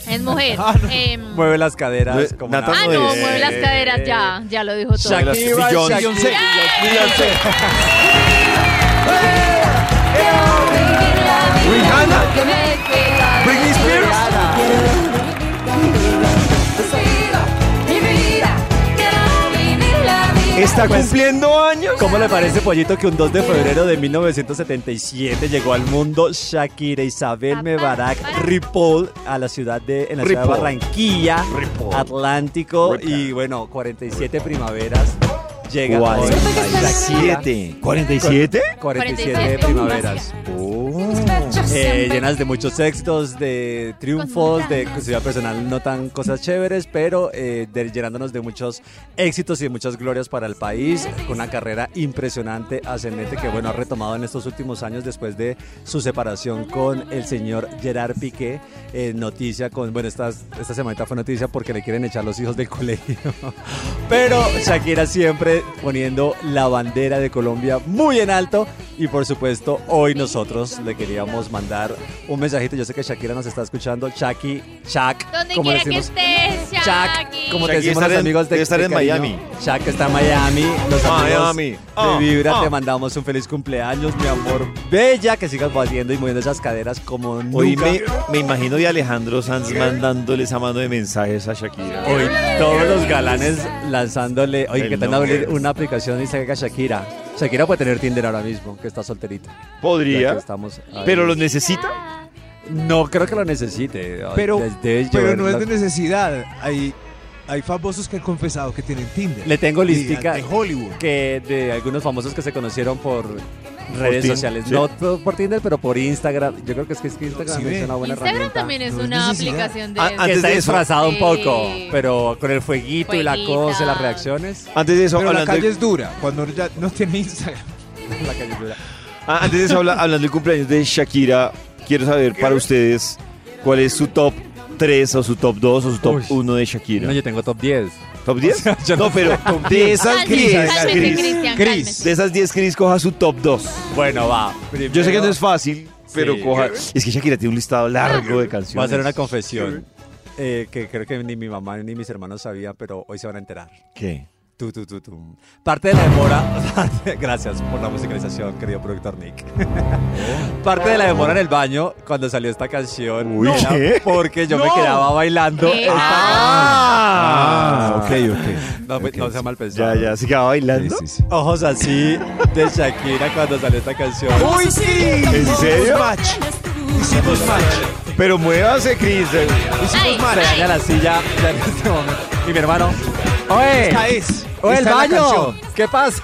es mujer.
Ah,
Em,
Mueve las caderas.
No,
como
Nata
ah,
nada.
no,
Eh.
mueve las caderas ya. Ya lo dijo todo.
Shakira,
Shakira, Beyoncé.
Shakira.
Beyoncé.
Vibra,
Rihanna, Britney Spears. Está cumpliendo años.
Pues, ¿Cómo le parece, Pollito, que un 2 de febrero de 1977 llegó al mundo Shakira Isabel Mebarak Ripoll a la ciudad de, en la ciudad de
Ripoll.
Barranquilla,
Ripoll.
Atlántico,
Ripoll.
y bueno, 47 primaveras llega hoy Shakira.
47. ¿47?
47 primaveras. Eh, llenas de muchos éxitos, de triunfos, de ciudad personal, no tan cosas chéveres, pero eh, de- llenándonos de muchos éxitos y de muchas glorias para el país, con una carrera impresionante, ascendente, que bueno, ha retomado en estos últimos años después de su separación con el señor Gerard Piqué. Eh, noticia con, bueno, esta, esta semanita fue noticia porque le quieren echar los hijos del colegio. Pero Shakira siempre poniendo la bandera de Colombia muy en alto. Y por supuesto, hoy nosotros le queríamos mandar un mensajito. Yo sé que Shakira nos está escuchando. Shaki, Shak,
Donde
como
quiera que
decimos.
estés,
Shak,
Shaki.
como
Shakira
te decimos
estar
los
en-
amigos de
debe estar
de
en
cariño.
Miami.
Shak está en Miami. Los amigos
Miami.
de
Ah,
Vibra
ah.
te mandamos un feliz cumpleaños, mi amor. Bella, que sigas batiendo y moviendo esas caderas como
Hoy
nunca.
me, me imagino de Alejandro Sanz mandándole esa mano de mensajes a Shakira.
Hoy todos los galanes lanzándole, oye,
El
que te van a abrir
nombre.
una aplicación y se haga Shakira. Shakira puede tener Tinder ahora mismo, que está solterita. Ya que
Podría,
estamos ahí.
pero lo necesita.
no creo que lo necesite. Ay,
Pero,
les debe
pero
llover
no es de
la-
necesidad. Hay, hay famosos que han confesado que tienen Tinder.
Le tengo
Y
listica.
De Hollywood.
que de algunos famosos que se conocieron por redes
Tin-
sociales,
sí.
no to- por Tinder, pero por Instagram. Yo creo que es que, es que Instagram
Sí,
es
ve.
una buena
Instagram
herramienta.
también es
No es
una
necesidad.
aplicación de...
Ah,
esas.
que
Antes
está
de eso-
disfrazado un poco,
Sí.
pero con el fueguito y la
Fueguito.
cosa y las reacciones.
Antes de eso,
Pero la
hablando
calle
de,
es dura cuando ya no tiene Instagram.
La caricatura.
ah, antes de eso, habla- hablando del cumpleaños de Shakira, quiero saber para ustedes cuál es su top 3 o su top 2 o su top
Uy.
1 de Shakira.
No, yo tengo top 10.
¿Top 10?
yo
no,
no-
pero de esas
Cálmese,
10,
cálmese,
Cris.
Cristian,
Cris.
cálmese.
De esas 10, Cris, coja su top 2.
Bueno, va.
Yo sé que
Primero,
no es fácil, pero
Sí.
coja. Es que Shakira tiene un listado largo de canciones.
Voy a hacer una confesión eh, que creo que ni mi mamá ni mis hermanos sabían, pero hoy se van a enterar.
¿Qué?
Tu, tu, tu, tu. Parte de la demora. parte- gracias por la musicalización, querido productor Nick. Parte de la demora en el baño cuando salió esta canción.
Oh. Uy,
era
¿qué?
Porque yo me
No.
quedaba bailando.
¿Qué?
Ah,
ok, ok.
No, me- no sea mal
Ya,
pensado.
ya, se quedaba bailando.
Ojos así de Shakira cuando salió esta canción.
¡Uy, Cris!
¿En serio?
Match. Hicimos match.
Pero muévase, Cris.
Ay,
Se daña la silla ya en este momento. Y mi hermano. ¡Oye!
Esta es.
¡Oye, el
esta es la
baño!
canción.
¿Qué pasa?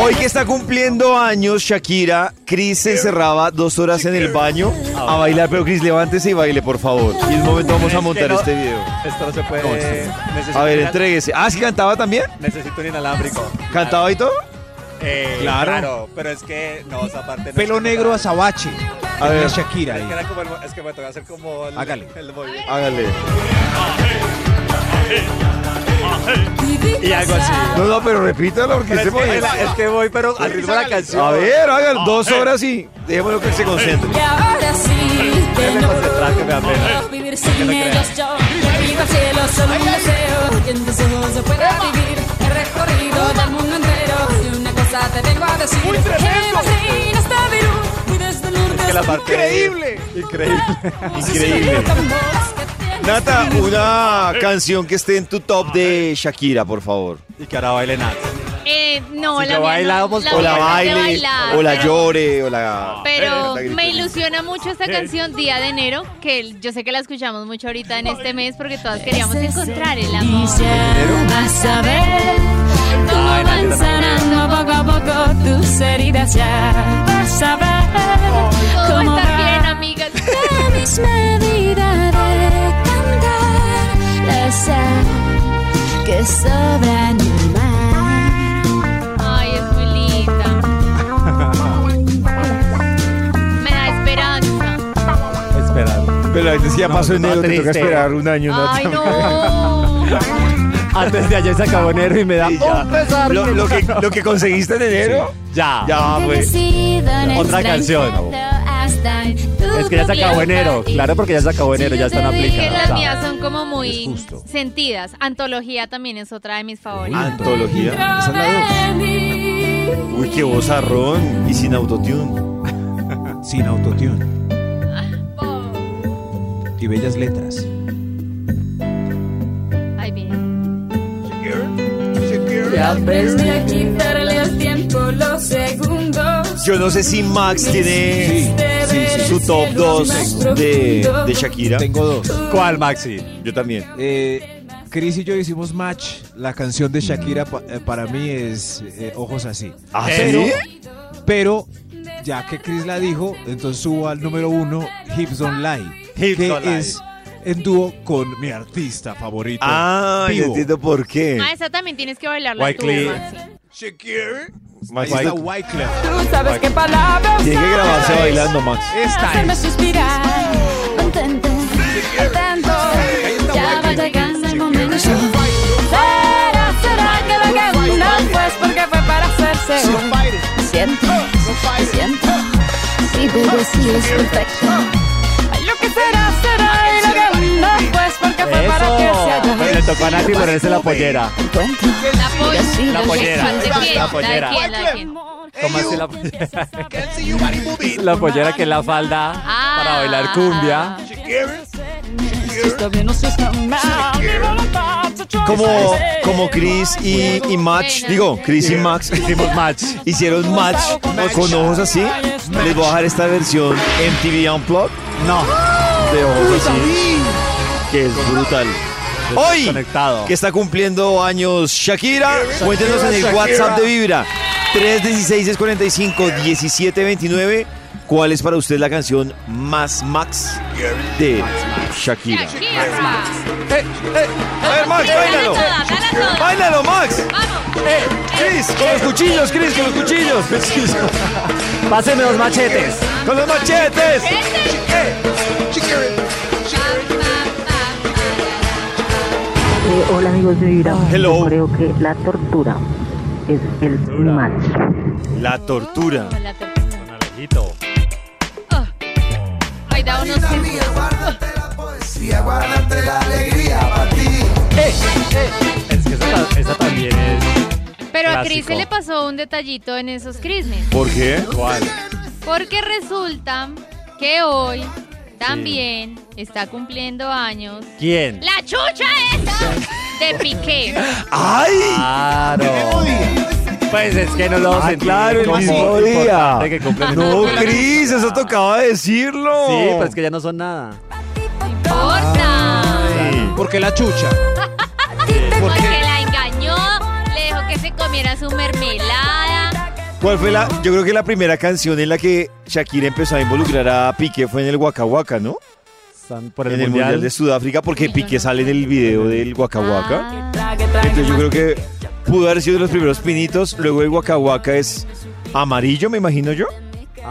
Hoy que está cumpliendo años, Shakira, Cris se encerraba dos horas en el baño a bailar. Pero Cris, levántese y baile, por favor. Y en un momento vamos a montar este video.
Esto no se puede. necesito
A ver,
un ina-
entréguese. Ah, ¿sí cantaba también?
Necesito un inalámbrico.
¿Cantaba y todo?
Eh,
Claro.
claro. pero es que no, esa parte no es
Pelo
como
negro
para-
azabache.
A ver.
Tenía Shakira
Es que,
ahí.
era como el- es que me toca hacer como el,
Hágale.
el movimiento.
Hágale.
Y algo así.
No, no, pero repítalo porque
Pero
se
es, que,
puede.
es que voy, pero al ritmo de la canción.
A ver, hágalo. Dos horas y dejémoslo que se concentre.
Y ahora sí, que
Déjeme
no
concentrar, que me da pena.
puedo vivir sin ellos yo. Que viva el cielo, solo un deseo. Que en tus ojos se pueda vivir el recorrido del mundo entero. Y una cosa te vengo a decir. Que vacina está virú. Y desde el norte
Que la parte-
¡Increíble!
Increíble.
hasta-
increíble.
Tambores que tienen
Nata, una canción que esté en tu top de Shakira, por favor.
Y que ahora baile Nat.
Eh, no,
Si
la mía no-
lo bailamos,
la
O la
mía no es de
baile,
bailar,
o la
pero-
llore, o la...
Pero
la grite.
me ilusiona mucho esta canción Día de Enero, que el- yo sé que la escuchamos mucho ahorita en este mes porque todas queríamos encontrar el
Y
amor.
ya vas a ver cómo
Ay,
van
Natalia,
sanando poco a poco tus heridas. Ya vas a ver
Todo va a
cómo
estar bien,
va
amigas.
la misma vida de cantar la sal que sobra en el mar.
Ay, es muy linda. Me da esperanza.
Esperando.
Pero la gente sí ya pasó
no,
enero,
no,
te toca
triste.
esperar un año.
Ay, no.
Antes de ayer se acabó enero y me da
Y ya.
un pesar.
Lo, lo que, lo que conseguiste en enero,
Ya.
ya,
Que he
pues.
sido en
Otra canción.
extraño hasta en tu
Es que ya se acabó enero. Claro, porque ya se acabó enero, ya están
Es que
aplicadas.
las mías
¿sabes?
son como
Es
muy
justo.
sentidas. Antología también es otra de mis favoritas.
Antología.
Esa es la dos.
de mí.
Uy, qué vozarrón y sin autotune.
Sin autotune. Y bellas letras.
Ay, bien.
Ya aprendí a quitarle al tiempo los segundos.
Yo no sé si Max tiene su top 2 de, de Shakira.
Tengo dos.
¿Cuál, Maxi?
Yo también.
Eh, Chris y yo hicimos match. La canción de Shakira pa- eh, para mí es eh, Ojos así.
¿Ah,
Pero-
sí?
Pero ya que Chris la dijo, entonces subo al número uno, Hips Don't Lie.
Hips
que
Don't Lie.
es en dúo con mi artista favorito.
Ah, ya
vivo.
entiendo por qué.
Ah, esa también tienes que bailarla tú,
Wycliffe.
Maxi.
Shakira. Ahí
Max,
está
Max,
Wyclef.
Tú sabes qué palabras
tiene que grabarse bailando, Max.
Esta
hacerme
es.
suspirar.
Oh.
Contento, contento. Ya va llegando el momento. Será, será que lo que uno pues porque fue para hacerse un. Siento, siento. Si
Ah.
digo sí es perfecto. Ay, Lo que será,
Ah,
será y lo que uno pues porque fue para que se
Eso.
haya.
Pues le tocó a Nati ponerse la pollera.
Encuentro.
La pollera.
La
pollera.
¿De quién? ¿La
La
de
pollera.
quién? ¿La de quién?
Tomarse la pollera. la pollera que es la falda
Ah.
para bailar cumbia.
Si está bien o si está mal. Mi voluntad se choca.
Como, como Chris y, y Max, digo, Chris y Max
Hicimos match.
hicieron match con ojos así. Les voy a dejar esta versión MTV Unplugged
No.
de ojos así, que es brutal. Hoy,
Conectado.
que está cumpliendo años Shakira, cuéntenos en el WhatsApp de Vibra, 316-645-1729, ¿cuál es para usted la canción más Max de Shakira?
Shakira.
Eh, A ver, Max,
Dale
bailalo.
toda, dale toda.
Bailalo, Max. Eh,
Vamos.
Chris, con los cuchillos, Chris, con los cuchillos.
Pásenme los machetes.
Con los machetes.
Este.
Eh, hola amigos de Vibra.
Hello.
Yo Creo que la tortura es el mal.
La tortura.
La tortura. Oh. Ay, da unos tiempos.
Es que esa, ta- esa también es.
Pero a
Clásico.
Cris se le pasó un detallito en esos crismes.
¿Por qué?
Porque resulta que hoy también está cumpliendo años
¿Quién?
la chucha esa de Piqué.
¡Ay!
Claro. Pues es que no lo
Ah,
sentí
claro, el
como
mismo día.
importante que cumplen
No,
el-
Chris, eso tocaba decirlo.
Sí, pero es que ya no son nada.
Corta.
Ay.
Porque la chucha.
Porque la engañó, le dejó que se comiera su mermelada.
¿Cuál fue la? Yo creo que la primera canción en la que Shakira empezó a involucrar a Piqué fue en el Waka Waka, ¿no?
Están por
en el mundial. de Sudáfrica, porque Piqué sale en el video del Waka Waka. Entonces yo creo que pudo haber sido de los primeros pinitos. Luego el Waka Waka es amarillo, me imagino yo.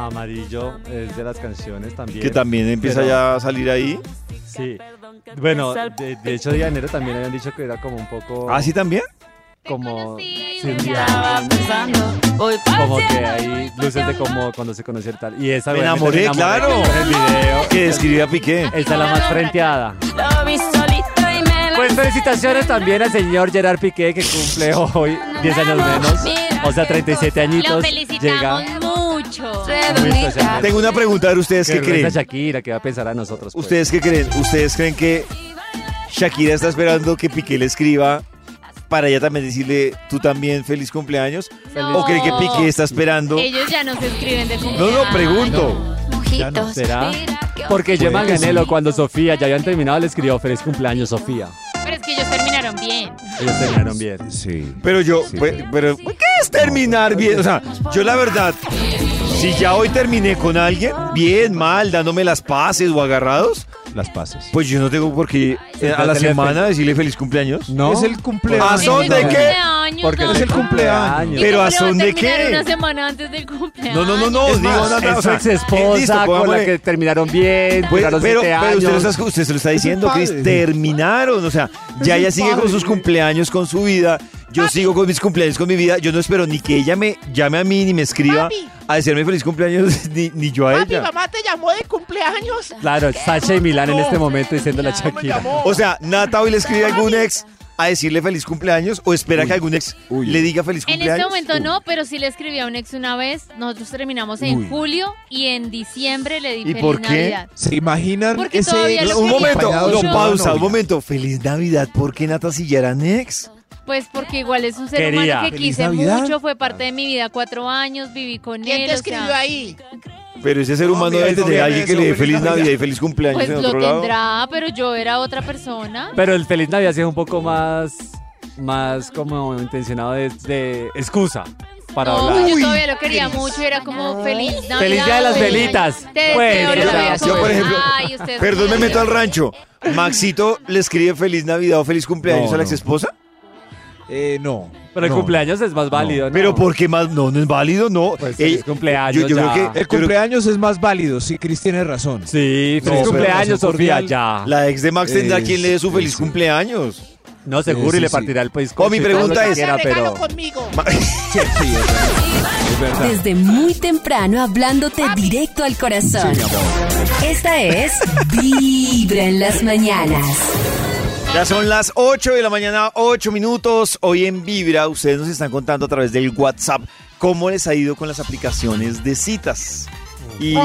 Amarillo es de las canciones también.
Que también empieza
Pero-
ya a salir ahí.
Sí. Bueno, de, de hecho, Día de Enero también habían dicho que era como un poco.
¿Ah, sí también?
Como.
Sí,
sí,
ya.
ya.
Voy
Como que hay luces de como cuando se conoce el tal. Y esa
Me
obviamente,
enamoré, claro.
con el video.
Que describe a Piqué.
Esa es la más frenteada.
Lo vi solito y me
Pues felicitaciones también al señor Gerard Piqué que cumple hoy 10 años menos. O sea, 37
Lo
añitos.
felicitamos
Llega.
mucho.
Muy especialmente.
Tengo una pregunta para ustedes.
Que
¿Qué
regresa
creen?
Shakira, que va a pensar a nosotros. pues.
¿Ustedes qué creen? ¿Ustedes creen que Shakira está esperando que Piqué le escriba para ella también decirle tú también feliz cumpleaños? ¿O creen que Piqué está esperando?
Ellos ya no se escriben de
No,
cumpleaños.
no, pregunto.
Ya no será. Porque Gemma
Puede que
Ganelo, cuando Sofía ya habían terminado, le escribió feliz cumpleaños, Sofía.
Pero es que ellos terminaron bien.
Ellos terminaron bien.
Sí.
Pero yo, pe- pero, ¿qué es terminar bien? O sea, yo la verdad, si ya hoy terminé con alguien, bien, mal, dándome las paces o agarrados,
Las pases.
pues yo no tengo por qué eh, a la
Tener
semana decirle feliz cumpleaños.
No.
Es el cumpleaños.
¿A son de qué?
Cumpleaños,
Porque
no.
Es el cumpleaños.
¿Y
Pero
cómo
¿a
le va
son de
terminar
qué?
Una semana antes del cumpleaños.
No, no, no, no,
Es
digo,
más,
no, no,
es
o sea,
ex esposa
Eh, listo,
con la
pongámosle-
que terminaron bien,
Pues,
duraron
pero,
siete
pero usted, lo
años.
está, usted se lo está
Es un
diciendo, Cris.
padre.
Terminaron. O sea, ya
un
ella sigue con
padre.
sus cumpleaños, con su vida. Yo sigo con mis cumpleaños, con mi vida. Yo no espero ni que ella me llame a mí, ni me escriba a decirme feliz cumpleaños, ni, ni yo a ella.
mamá te llamó de cumpleaños.
Claro, Sacha y Milán en este momento diciendo este a Shakira.
O sea, Nata hoy le escribe a algún ex. a decirle feliz cumpleaños o espera que algún ex le diga feliz
En
cumpleaños?
este momento no, pero sí le escribí a un ex una vez. Nosotros terminamos en
Uy.
julio y en diciembre le di
¿Y
feliz
por qué?
Navidad.
¿Se imaginan
Porque
ese
todavía
ex
lo
Un
quería
momento,
mucho.
no, pausa, un momento. Feliz Navidad, ¿por qué Nata si ya era ex?
Pues porque igual es un ser
Quería.
humano que
Feliz
quise
Navidad.
mucho, fue parte de mi vida cuatro años, viví con
¿Quién
él.
te
o sea,
escribió ahí?
Pero ese ser
No,
humano
mira,
debe
no
tener a
viene
alguien que
eso,
le dé
feliz
feliz
Navidad.
Navidad y feliz cumpleaños
Pues
en
lo
otro lado.
tendrá, pero yo era otra persona.
Pero el Feliz Navidad sí es un poco más, más como intencionado de, de excusa para
no,
hablar.
yo todavía lo quería mucho, era como feliz Navidad.
Feliz Día de las
feliz
Velitas.
año. Te
Pues,
deseo lo
o sea,
mejor.
Yo, por ejemplo,
Ay, ustedes
perdón, me
son
meto al rancho. Maxito le escribe feliz Navidad o feliz cumpleaños
No,
a la
no.
ex esposa.
Eh, no.
Pero el
No.
cumpleaños es más válido, ¿no?
Pero ¿por qué más? No, no es válido, no.
Pues,
Ey,
feliz cumpleaños
Ah, yo- yo
ya.
creo que-
El cumpleaños es más válido, sí, Cris tiene razón.
Sí,
No,
feliz
pero
cumpleaños,
relación
Sofía,
cordial.
ya.
La ex de Max tendrá
Es-
quien le dé su
es-
feliz cumpleaños.
No, seguro,
Eh, Sí,
y le
sí,
partirá el país.
Oh, mi pregunta es-
Te regalo conmigo.
Sí, sí, es verdad. Es verdad.
Desde muy temprano hablándote directo al corazón. Esta es Vibra en las mañanas.
Ya son las 8 de la mañana, 8 minutos. Hoy en Vibra, ustedes nos están contando a través del WhatsApp cómo les ha ido con las aplicaciones de citas. Y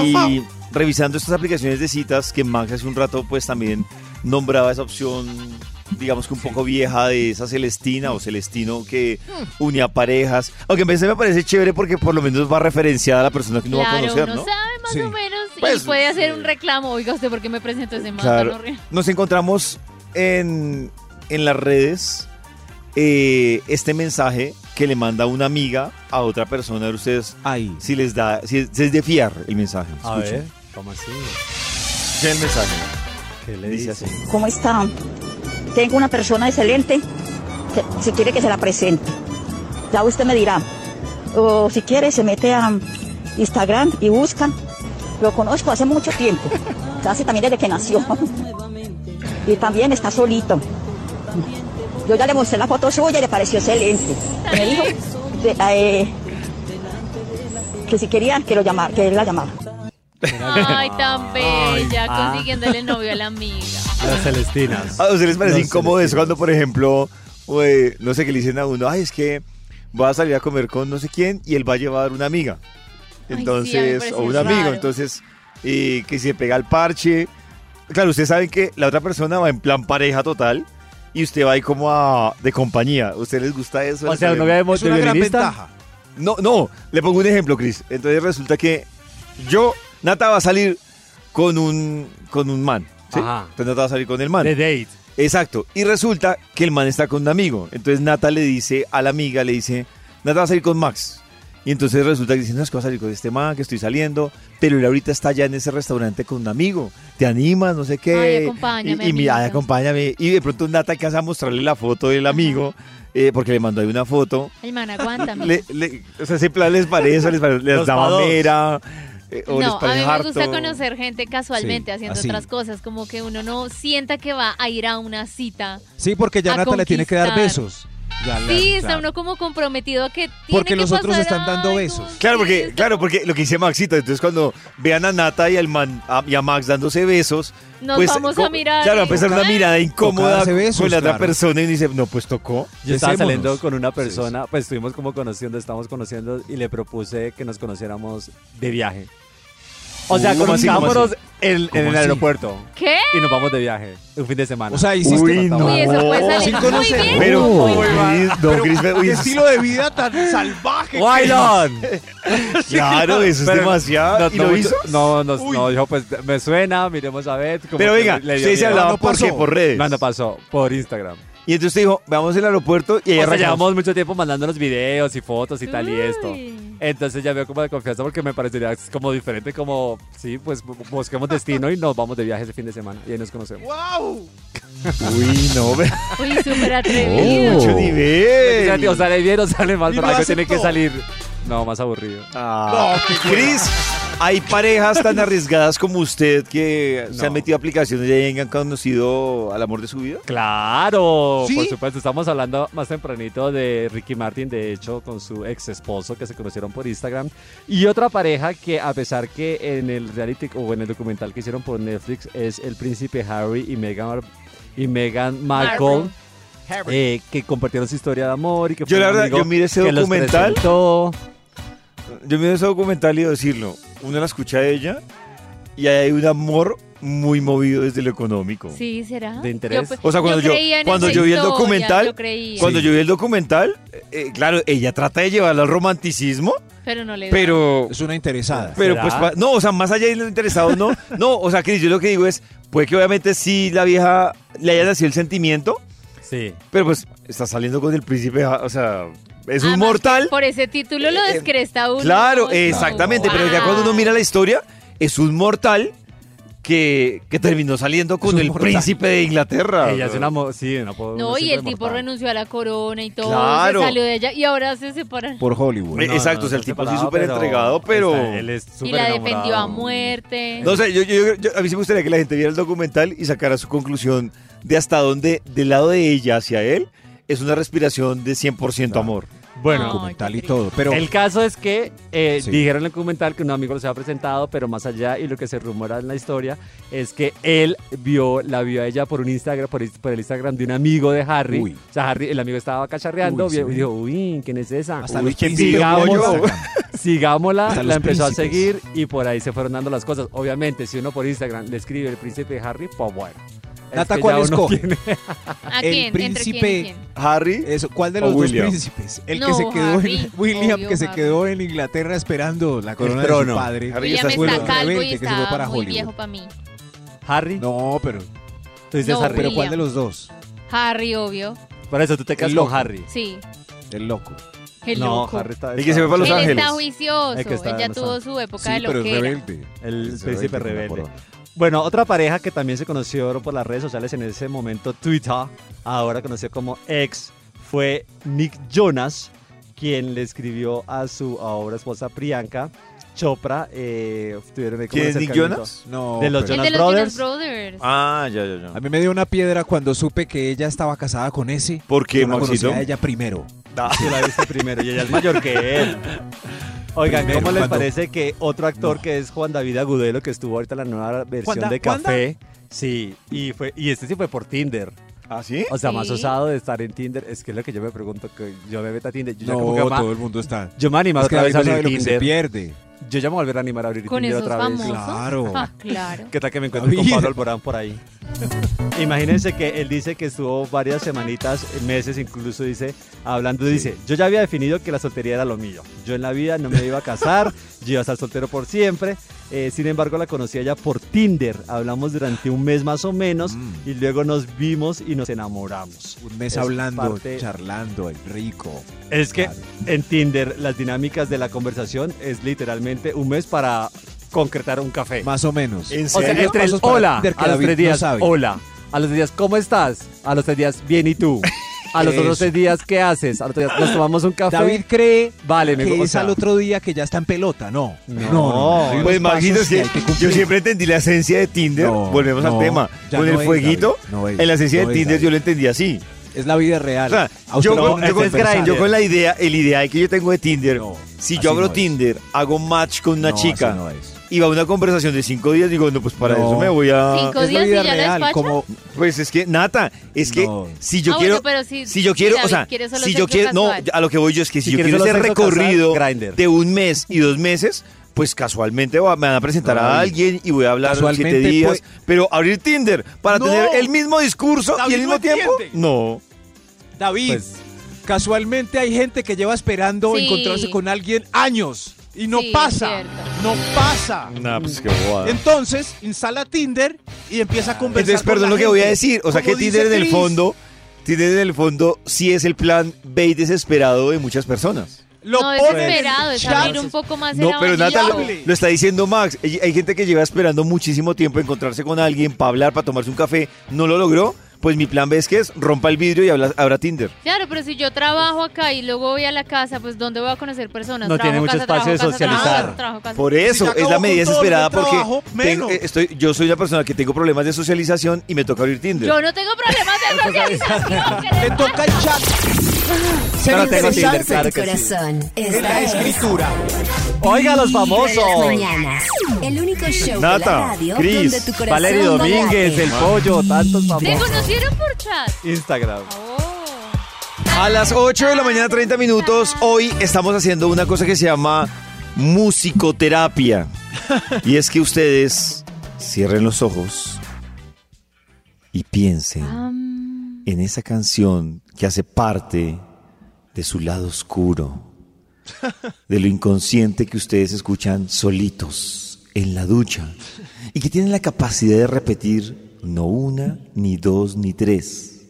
revisando estas aplicaciones de citas, que Max hace un rato pues también nombraba esa opción, digamos que un poco vieja de esa Celestina o Celestino que
Hmm.
unía parejas. Aunque a veces me parece chévere porque por lo menos va referenciada a la persona que uno va a
Claro,
conocer,
uno
¿no?
sabe más
Sí.
o menos
Pues,
y puede hacer
sí.
un reclamo. Oiga, ¿usted por qué me presentó ese man tan
Claro.
horrible?
Nos encontramos en, en las redes eh, este mensaje que le manda una amiga a otra persona de ustedes.
Ahí.
Si les da, si es, si es de fiar el mensaje.
A
Escuchen.
ver, ¿cómo así?
Escuchen el mensaje.
¿Qué le
Dice
dice
así.
¿Cómo está? Tengo una persona excelente que si quiere que se la presente. Ya usted me dirá. O si quiere se mete a Instagram y busca. Lo conozco hace mucho tiempo. Casi también desde que nació. Y también está solito. Yo ya le mostré la foto suya y le pareció excelente. Me dijo de- eh, que si quería que lo llamara, que él la llamara.
Ay, tan bella,
ah.
consiguiéndole novio a la amiga.
Las Celestinas.
Ah, ¿A ustedes les parece
Los
incómodo eso
celestinos.
cuando, por ejemplo, eh, no sé qué le dicen a uno? Ay, es que va a salir a comer con no sé quién y él va a llevar una amiga.
Ay, sí, a mí me
Entonces,
parece
o un amigo.
raro.
Entonces, y que se pega el parche. Claro, ustedes saben que la otra persona va en plan pareja total y usted va ahí como a, de compañía. ¿A ustedes les gusta eso?
O
¿Les
sea,
parece?
no ve de
Es una gran
violinista.
ventaja.
No, no, le pongo un ejemplo, Cris. Entonces resulta que yo, Nata va a salir con un, con un man. ¿sí?
Ajá.
Entonces Nata va a salir con el man.
De date.
Exacto. Y resulta que el man está con un amigo. Entonces Nata le dice a la amiga, le dice, Nata va a salir con Max. Y entonces resulta que dice, no, es que va a salir con este man, que estoy saliendo, pero él ahorita está allá en ese restaurante con un amigo. Te animas, no sé qué.
Ay, acompáñame,
Y, y mi- ay,
amiguito.
acompáñame. Y de pronto Nata alcanza a mostrarle la foto del amigo, eh, porque le mandó ahí una foto.
El man, aguántame.
Le- le- o sea, ese plan les parece, les, parece, les
Los
da
pados.
mamera, eh, o les
no, a
parece
mí me gusta
harto.
conocer gente casualmente
Sí,
haciendo
así.
otras cosas, como que uno no sienta que va a ir a una cita.
Sí, porque ya
A
Nata le tiene que dar
conquistar.
besos. Ya le-
Sí, está
claro.
uno como comprometido a que tiene
Porque
que
los otros
pasar
están dando
algo.
besos.
Claro,
Sí,
porque,
está-
claro, porque lo que dice Maxito, entonces cuando vean a Nata y, al man- a, y a Max dándose besos,
Nos
pues,
vamos
co-
a mirar.
Claro,
y-
va a empezar una mirada incómoda
Tocarse besos,
con la otra
claro.
persona y dice, no, pues tocó.
Yo estaba
Besémonos.
saliendo con una persona, pues estuvimos como conociendo, estábamos conociendo y le propuse que nos conociéramos de viaje. O sea,
Uh, ¿cómo así, cómo
conozcámonos en, en
¿Cómo
el
así?
aeropuerto
¿Qué?
y nos vamos de viaje un fin de semana.
O sea, hiciste
Uy, no.
Uy, eso puede salir
Sin
muy
conocer.
bien.
Pero,
Uy,
Uy,
va.
no, Cris,
Pero,
uy,
qué
es-
estilo de vida tan salvaje.
¡Why not?
Claro, eso es
Pero-
demasiado.
No,
¿Y
no,
lo hizo?
No, no,
Uy.
no, dijo, pues me suena, miremos a ver. como
Pero
que
venga,
le dio
usted se
miedo.
hablaba
No
por
pasó.
qué, por redes.
No, no pasó, por Instagram.
Y entonces dijo, vamos al aeropuerto y ahí
O sea,
arrancamos.
llevamos mucho tiempo mandándonos videos y fotos y tal y esto.
Uy.
Entonces ya veo como de confianza porque me parecería como diferente, como, sí, pues bu- busquemos destino y nos vamos de viaje ese fin de semana y ahí nos conocemos.
¡Wow!
Uy, no, ve-
Uy, súper
Oh,
atrevido.
mucho
O sea, tío,
nivel.
sale bien o sale mal,
Y
pero
lo
algo tiene que
aceptó.
salir. No, más aburrido.
Ah. Cris, hay parejas tan arriesgadas como usted que se
No.
han metido a aplicaciones y hayan conocido al amor de su vida.
Claro,
¿Sí?
por supuesto. Estamos hablando más tempranito de Ricky Martin, de hecho, con su ex esposo que se conocieron por Instagram. Y otra pareja que, a pesar que en el reality o en el documental que hicieron por Netflix es el príncipe Harry y Meghan, Mar- y Meghan Markle.
Markle.
eh, que compartieron su historia de amor y que
Yo
fue
la
un
verdad,
amigo
yo miré ese
que los
documental.
presentó.
Yo miré ese documental y debo decirlo. Uno la escucha a ella y hay un amor muy movido desde lo económico.
Sí, será.
de
Yo,
interés.
pues,
o sea, cuando yo,
creía en
cuando
esa
yo vi el
historia,
documental,
yo creía.
cuando yo vi el documental, eh, claro, ella trata de llevarlo al romanticismo,
Pero no le da.
pero
es una interesada.
Pero
¿Será?
pues pa- no, o sea, más allá de lo interesado, no. No, o sea, Cris, yo lo que digo es, puede que obviamente sí la vieja le haya nacido el sentimiento.
Sí.
Pero pues está saliendo con el príncipe, ah, o sea, es un
Además,
mortal.
Por ese título lo descresta uno.
eh, Claro,
¿no?
exactamente, pero ya
Ah.
cuando uno mira la historia, es un mortal que, que terminó saliendo con el príncipe de Inglaterra.
Ella es una mo- sí, una
No, y el tipo renunció a la corona y todo,
Claro.
se salió de ella y ahora se separan.
Por Hollywood.
Eh, exacto, o sea, el tipo sí súper entregado, pero...
él es
Y la defendió a muerte.
No sé, yo, yo- yo- a mí sí me gustaría que la gente viera el documental y sacara su conclusión de hasta dónde, del lado de ella hacia él, es una respiración de 100% amor.
Bueno.
documental y todo. Pero
el caso es que eh,
Sí.
dijeron en el documental que un amigo los había presentado, pero más allá y lo que se rumora en la historia es que él vio la vio a ella por un Instagram por, por el Instagram de un amigo de Harry.
Uy.
O sea, Harry el amigo estaba cacharreando
Uy, sí.
vio- y dijo, "Uy, ¿quién es esa?"
Hasta
Uy,
los
que
príncipes vio
sigámosla,
por
sigámosla,
Hasta
la
los
empezó a seguir
príncipes.
y por ahí se fueron dando las cosas. Obviamente, si uno por Instagram le escribe el príncipe de Harry, pues bueno. es
Nata,
que ya
¿cuál
uno
escoge?
tiene-
¿A
el
quién? ¿Entre quién y
príncipe-
quién?
Harry.
Eso, ¿Cuál de
o
los dos
William?
príncipes? El que
No,
se quedó
Harry,
en, William,
obvio,
que se
Harry.
quedó en Inglaterra esperando la corona de su
trono.
padre.
Harry
William
está
Fue el
está calvo y
rebelde que se fue
está
para
muy
Hollywood.
viejo para mí.
Harry,
No, pero,
tú dices
No,
Harry.
pero ¿cuál
William.
de los dos?
Harry, obvio.
Por eso tú te quedas
El
con
loco.
Harry.
Sí.
El loco.
El
no,
loco.
Harry está
El que se fue para Los
Él
Ángeles.
está juicioso.
El que está
Él
en
ya
Los
tuvo
Ángeles.
su época de
Sí, pero es
loquera.
rebelde.
El
Es
príncipe
con la
rebelde.
corona.
Bueno, otra pareja que también se conoció por las redes sociales en ese momento, Twitter, ahora conocido como ex, fue Nick Jonas, quien le escribió a su ahora esposa Priyanka Chopra. eh, tuvieron ahí como
¿Quién
un
es Nick
acercamiento.
Jonas?
No,
De los
pero-
El
Jonas
de los Jonas
Brothers.
Brothers.
Ah, ya, ya, ya.
A mí me dio una piedra cuando supe que ella estaba casada con ese.
¿Por qué,
Yo la conocí
Maxito?
a ella primero.
Tú la viste primero y ella es mayor que él. Oigan,
Primero,
¿cómo les
cuando-
parece que otro actor que es Juan David Agudelo, que estuvo ahorita en la nueva versión
¿Juanda-
de Café? Sí, y, fue, y este sí fue por Tinder.
¿Ah, sí?
O sea,
Sí.
más osado de estar en Tinder. Es que es lo que yo me pregunto, que yo me meto a Tinder. Yo ya
no,
como que ama-
todo el mundo está.
yo me animo
Es que
otra vez
David no
a
sabe
abrir
lo que se
Tinder.
pierde.
Yo ya me volveré a animar a abrir
Con
Tinder
esos
otra vez.
famosos.
Claro.
Ah, claro.
¿Qué tal que me encuentre con
David.
Pablo Alborán por ahí? Imagínense que él dice que estuvo varias semanitas, meses incluso, dice, hablando, dice, yo ya había definido que la soltería era lo mío. Yo en la vida no me iba a casar, yo iba a estar soltero por siempre. Eh, sin embargo, la conocí allá por Tinder. Hablamos durante un mes más o menos y luego nos vimos y nos enamoramos.
Mm. Un mes
Es
hablando,
parte-
charlando, el rico.
Es que
Claro.
en Tinder las dinámicas de la conversación es literalmente un mes para concretar un café.
Más o menos.
¿En
O sea,
serio?
entre el
Pasos para
hola,
Tinder que
a los
David
tres
no
días,
sabe.
hola. A los días, ¿cómo estás? A los tres días, bien, ¿y tú? A los otros
Eso.
tres días, ¿qué haces? A los tres días, ¿nos tomamos un café?
David cree
vale, me
que
o
es
sea,
al otro día que ya está en pelota. No.
No.
hay unos
Pues imagino
pasos
que
hay cumplir.
yo siempre entendí la esencia de Tinder.
No,
Volvemos
no,
al tema.
ya
Con
no
el
es,
fueguito,
David, no es,
en la esencia
no
de
es,
Tinder
David.
yo lo entendí así.
Es la vida
O
real.
sea,
A usted
yo,
lo
con-
ponen a
yo con,
conversar.
grind,
yo con la idea, el ideal que yo tengo de Tinder,
No,
si
así
yo abro
no es.
Tinder, hago match con una
No, así
chica
no es.
y va a una conversación de cinco días, digo, no, pues para
No.
eso me voy a...
Cinco
Es la
días y
vida
ya la
real.
despacha?
Como
Pues es que, Nata, es que
No.
si yo
Ah,
quiero...
bueno, pero si-
si yo
si
quiero,
David
o sea,
quiere solo
si yo
sexo
quiero, no,
casual.
a lo que voy yo es que si,
Si
yo
quieres
quiero
solo
ese
sexo casual,
recorrido
Grindr.
de un mes y dos meses, pues casualmente va- me van a presentar
No,
a alguien y voy a hablar los siete
casualmente,
días.
pues-
pero abrir Tinder para
No.
tener el mismo discurso y
David
el
no
mismo tiempo,
entiende.
no.
David,
Pues-
casualmente hay gente que lleva esperando
Sí.
encontrarse con alguien años y no
Sí,
pasa.
cierto.
No pasa.
Nah, pues qué bobada.
Entonces, instala Tinder y empieza a conversar.
Entonces,
con Pues, la
perdón lo que voy a
gente.
decir. O sea,
Como
que
dice
Tinder en el
Chris.
fondo, Tinder en el fondo sí es el plan B y desesperado de muchas personas.
Lo
no, es
pone en el
esperado, es
chat.
abrir un poco más
No,
el
pero Nata lo,
abanico.
Natalia-
lo está diciendo Max. Hay, hay gente que lleva esperando muchísimo tiempo encontrarse con alguien para hablar, para tomarse un café, no lo logró. Pues mi plan B es que es rompa el vidrio y habla, abra Tinder.
Claro, pero si yo trabajo acá y luego voy a la casa, pues ¿dónde voy a conocer personas?
No
Trabajo
tiene mucho
casa, trabajo
espacio de
casa, trabajo
socializar.
casa, trabajo casa.
Por
ya
eso es la
acabó
medida
con todo lo
desesperada
del
porque
trabajo,
tengo-
menos.
eh, estoy, yo soy una persona que tengo problemas de socialización y me toca abrir Tinder.
Yo no tengo problemas
Pues
de socialización. ¿qué
Le
le
toca el chat. Ser
Pero tengo
interesante
Tinder, claro
tu
que sí.
corazón.
en la
Esta es
escritura.
¡Oiga, los
Vibra en
famosos!
las mañanas. El único show de la
Nata,
radio
Cris,
donde tu corazón
Valerio
no late.
Domínguez, El Pollo, tantos
¿Te
famosos.
conocieron por chat?
Instagram.
Oh.
A las 8 de la mañana, 30 minutos, hoy estamos haciendo una cosa que se llama musicoterapia. Y es que ustedes cierren los ojos y piensen en esa canción que hace parte de su lado oscuro, de lo inconsciente que ustedes escuchan solitos en la ducha y que tienen la capacidad de repetir no una, ni dos, ni tres,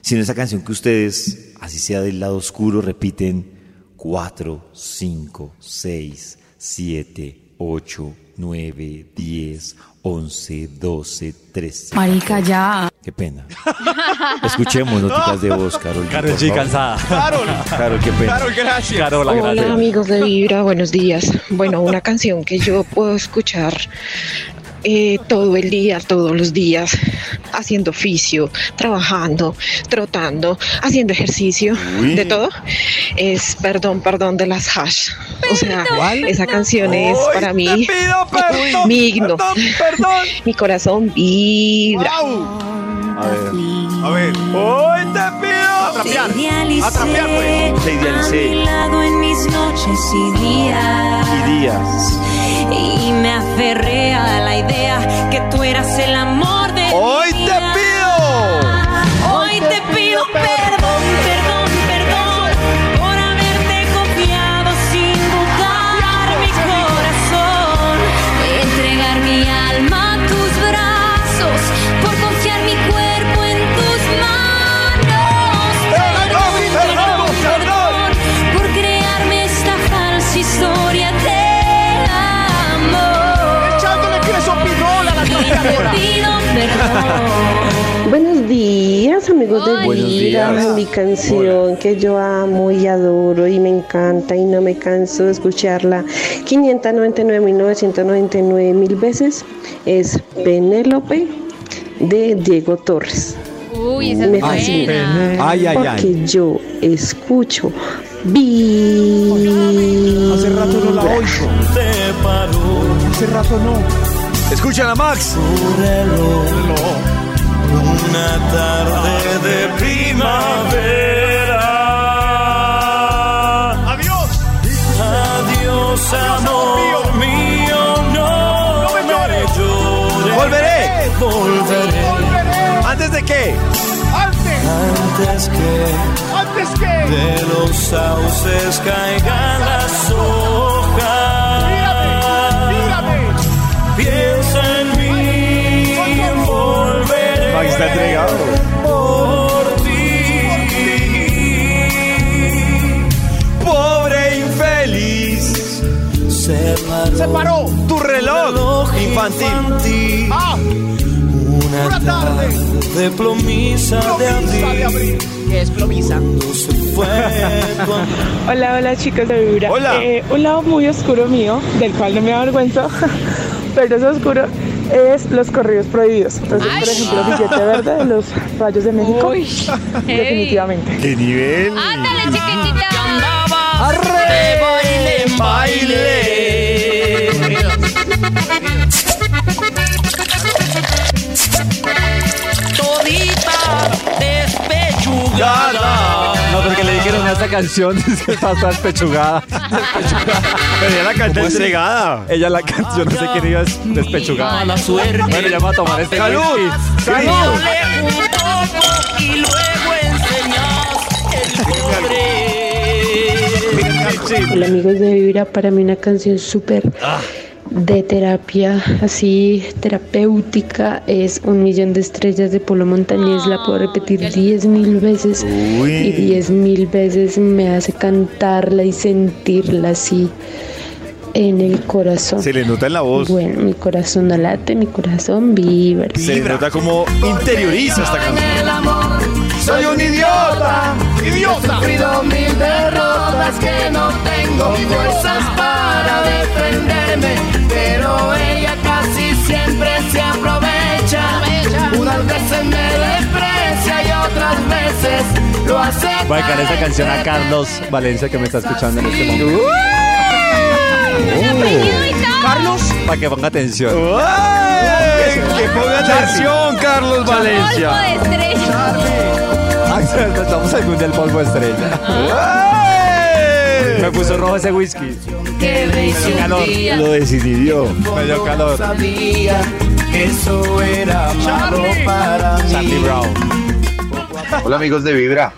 sino esa canción que ustedes, así sea del lado oscuro, repiten cuatro, cinco, seis, siete, ocho, nueve, diez, once, doce, trece.
Marica, ya.
Qué pena. Escuchemos noticas de voz, Carol.
Carol, sí, cansada.
Carol. Carol, qué pena.
Carol, gracias.
Carola, gracias.
Hola amigos de Vibra, buenos días. Bueno, una canción que yo puedo escuchar eh, todo el día, todos los días, haciendo oficio, trabajando, trotando, haciendo ejercicio,
Uy.
de todo, es Perdón, perdón de las hash. O sea, esa canción es
Uy,
para
te
mí
pido perdón,
mi himno.
perdón, perdón.
Mi corazón vibra.
A ver. A ver. Hoy te pido.
idealicé
Te idealicé.
a mi lado en mis noches y días.
Y días.
Y me aferré a la idea que tú eras el amor de
Hoy
mi
te
vida.
pido.
Hoy te pido perdón, perdón, perdón por haberte confiado sin dudar mi corazón, entregar mi alma a tus brazos, por confiar mi cuerpo en tus manos. Perdón, perdón, perdón por crearme esta falsa historia del amor. Echándole queso pinola a la
campeadora.
Te pido perdón.
Buenos días amigos de
Buenos
vida,
días.
mi canción que yo amo y adoro y me encanta y no me canso de escucharla 599.999 mil veces es Penélope de Diego Torres.
Uy, esa
me
es
fascina
buena.
porque yo escucho vibra.
Hace rato no la oigo. Hace rato no.
Escúchala, Max.
Una tarde de primavera. Adiós. Adiós, amor mío. No, me llores.
Volveré.
Volveré.
¿Antes de qué?
Antes que
Antes que.
de los sauces caigan las hojas. Piensa en mí. Volveré.
Max está entregado.
por ti.
Pobre infeliz.
Se paró,
Tu reloj, infantil.
Ah,
una, tarde, de plomiza, de abril.
Que es plomisa.
Se fue tu amor.
Hola, hola chicos de Vibra.
Hola.
Eh, un lado muy oscuro mío, del cual no me avergüenzo, pero es oscuro, es los corridos prohibidos. Entonces, por ejemplo, billete verde de los rayos de México. definitivamente.
¿Qué nivel?
Ándale, chiquitita.
De baile en baile.
Todita despechugada.
No, porque le dijeron a esta canción es que está tan pechugada.
Pero ella la canta entregada.
Ella la canción no sé quién iba des- despechugada.
Mala suerte.
Bueno, ya va a tomar este
Salud.
whisky.
Salud. un poco y luego enseñas el cobre.
Hola amigos de Vibra, para mí una canción súper
Ah.
de terapia, así terapéutica, es Un Millón de Estrellas de Polo Montañés, la puedo repetir diez mil veces y diez mil veces me hace cantarla y sentirla así en el corazón.
Se le nota en la voz.
Bueno, mi corazón no late, mi corazón vibra.
Se le nota como interioriza esta canción.
El amor.
Soy un idiota.
He sufrido mil derrotas que no tengo fuerzas para defenderme, pero ella casi siempre se aprovecha. Unas veces me desprecia y otras veces lo hace.
Voy a dejar esa canción a Carlos Valencia que me está escuchando en este momento. Uh.
Carlos.
Para que ponga atención.
¡Ay! ¡Que ponga atención, Carlos Valencia!
Golfo de estrellas.
Ay,
Cantamos algún del polvo estrella. Me puso rojo ese whisky.
Qué bello
Calor.
día.
Lo decidió.
Me dio calor.
Sabía que eso era malo para
Sandy Brown.
Hola amigos de Vibra.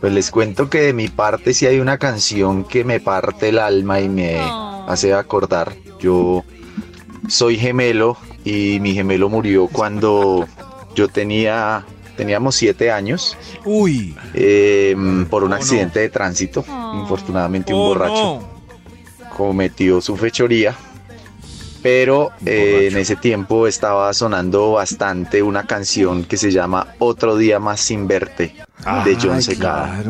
Pues les cuento que de mi parte sí hay una canción que me parte el alma y me hace acordar. Yo soy gemelo y mi gemelo murió cuando yo tenía teníamos siete años.
Uy.
Em, por un accidente de tránsito. Infortunadamente un borracho cometió su fechoría. Pero eh, en ese tiempo estaba sonando bastante una canción que se llama Otro día más sin verte de John
Ay,
Secada.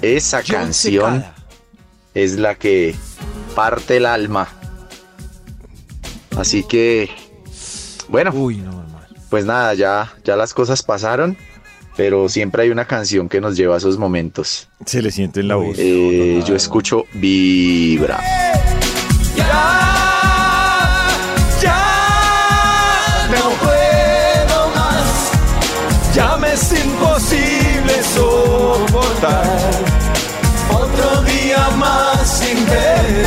Esa canción es la que parte el alma. Así que, bueno, pues nada, ya, ya las cosas pasaron, pero siempre hay una canción que nos lleva a esos momentos.
Se le siente en la voz.
Eh, yo escucho Vibra.
Ya no puedo más.
Ya me es imposible soportar.
Otro día más sin ver.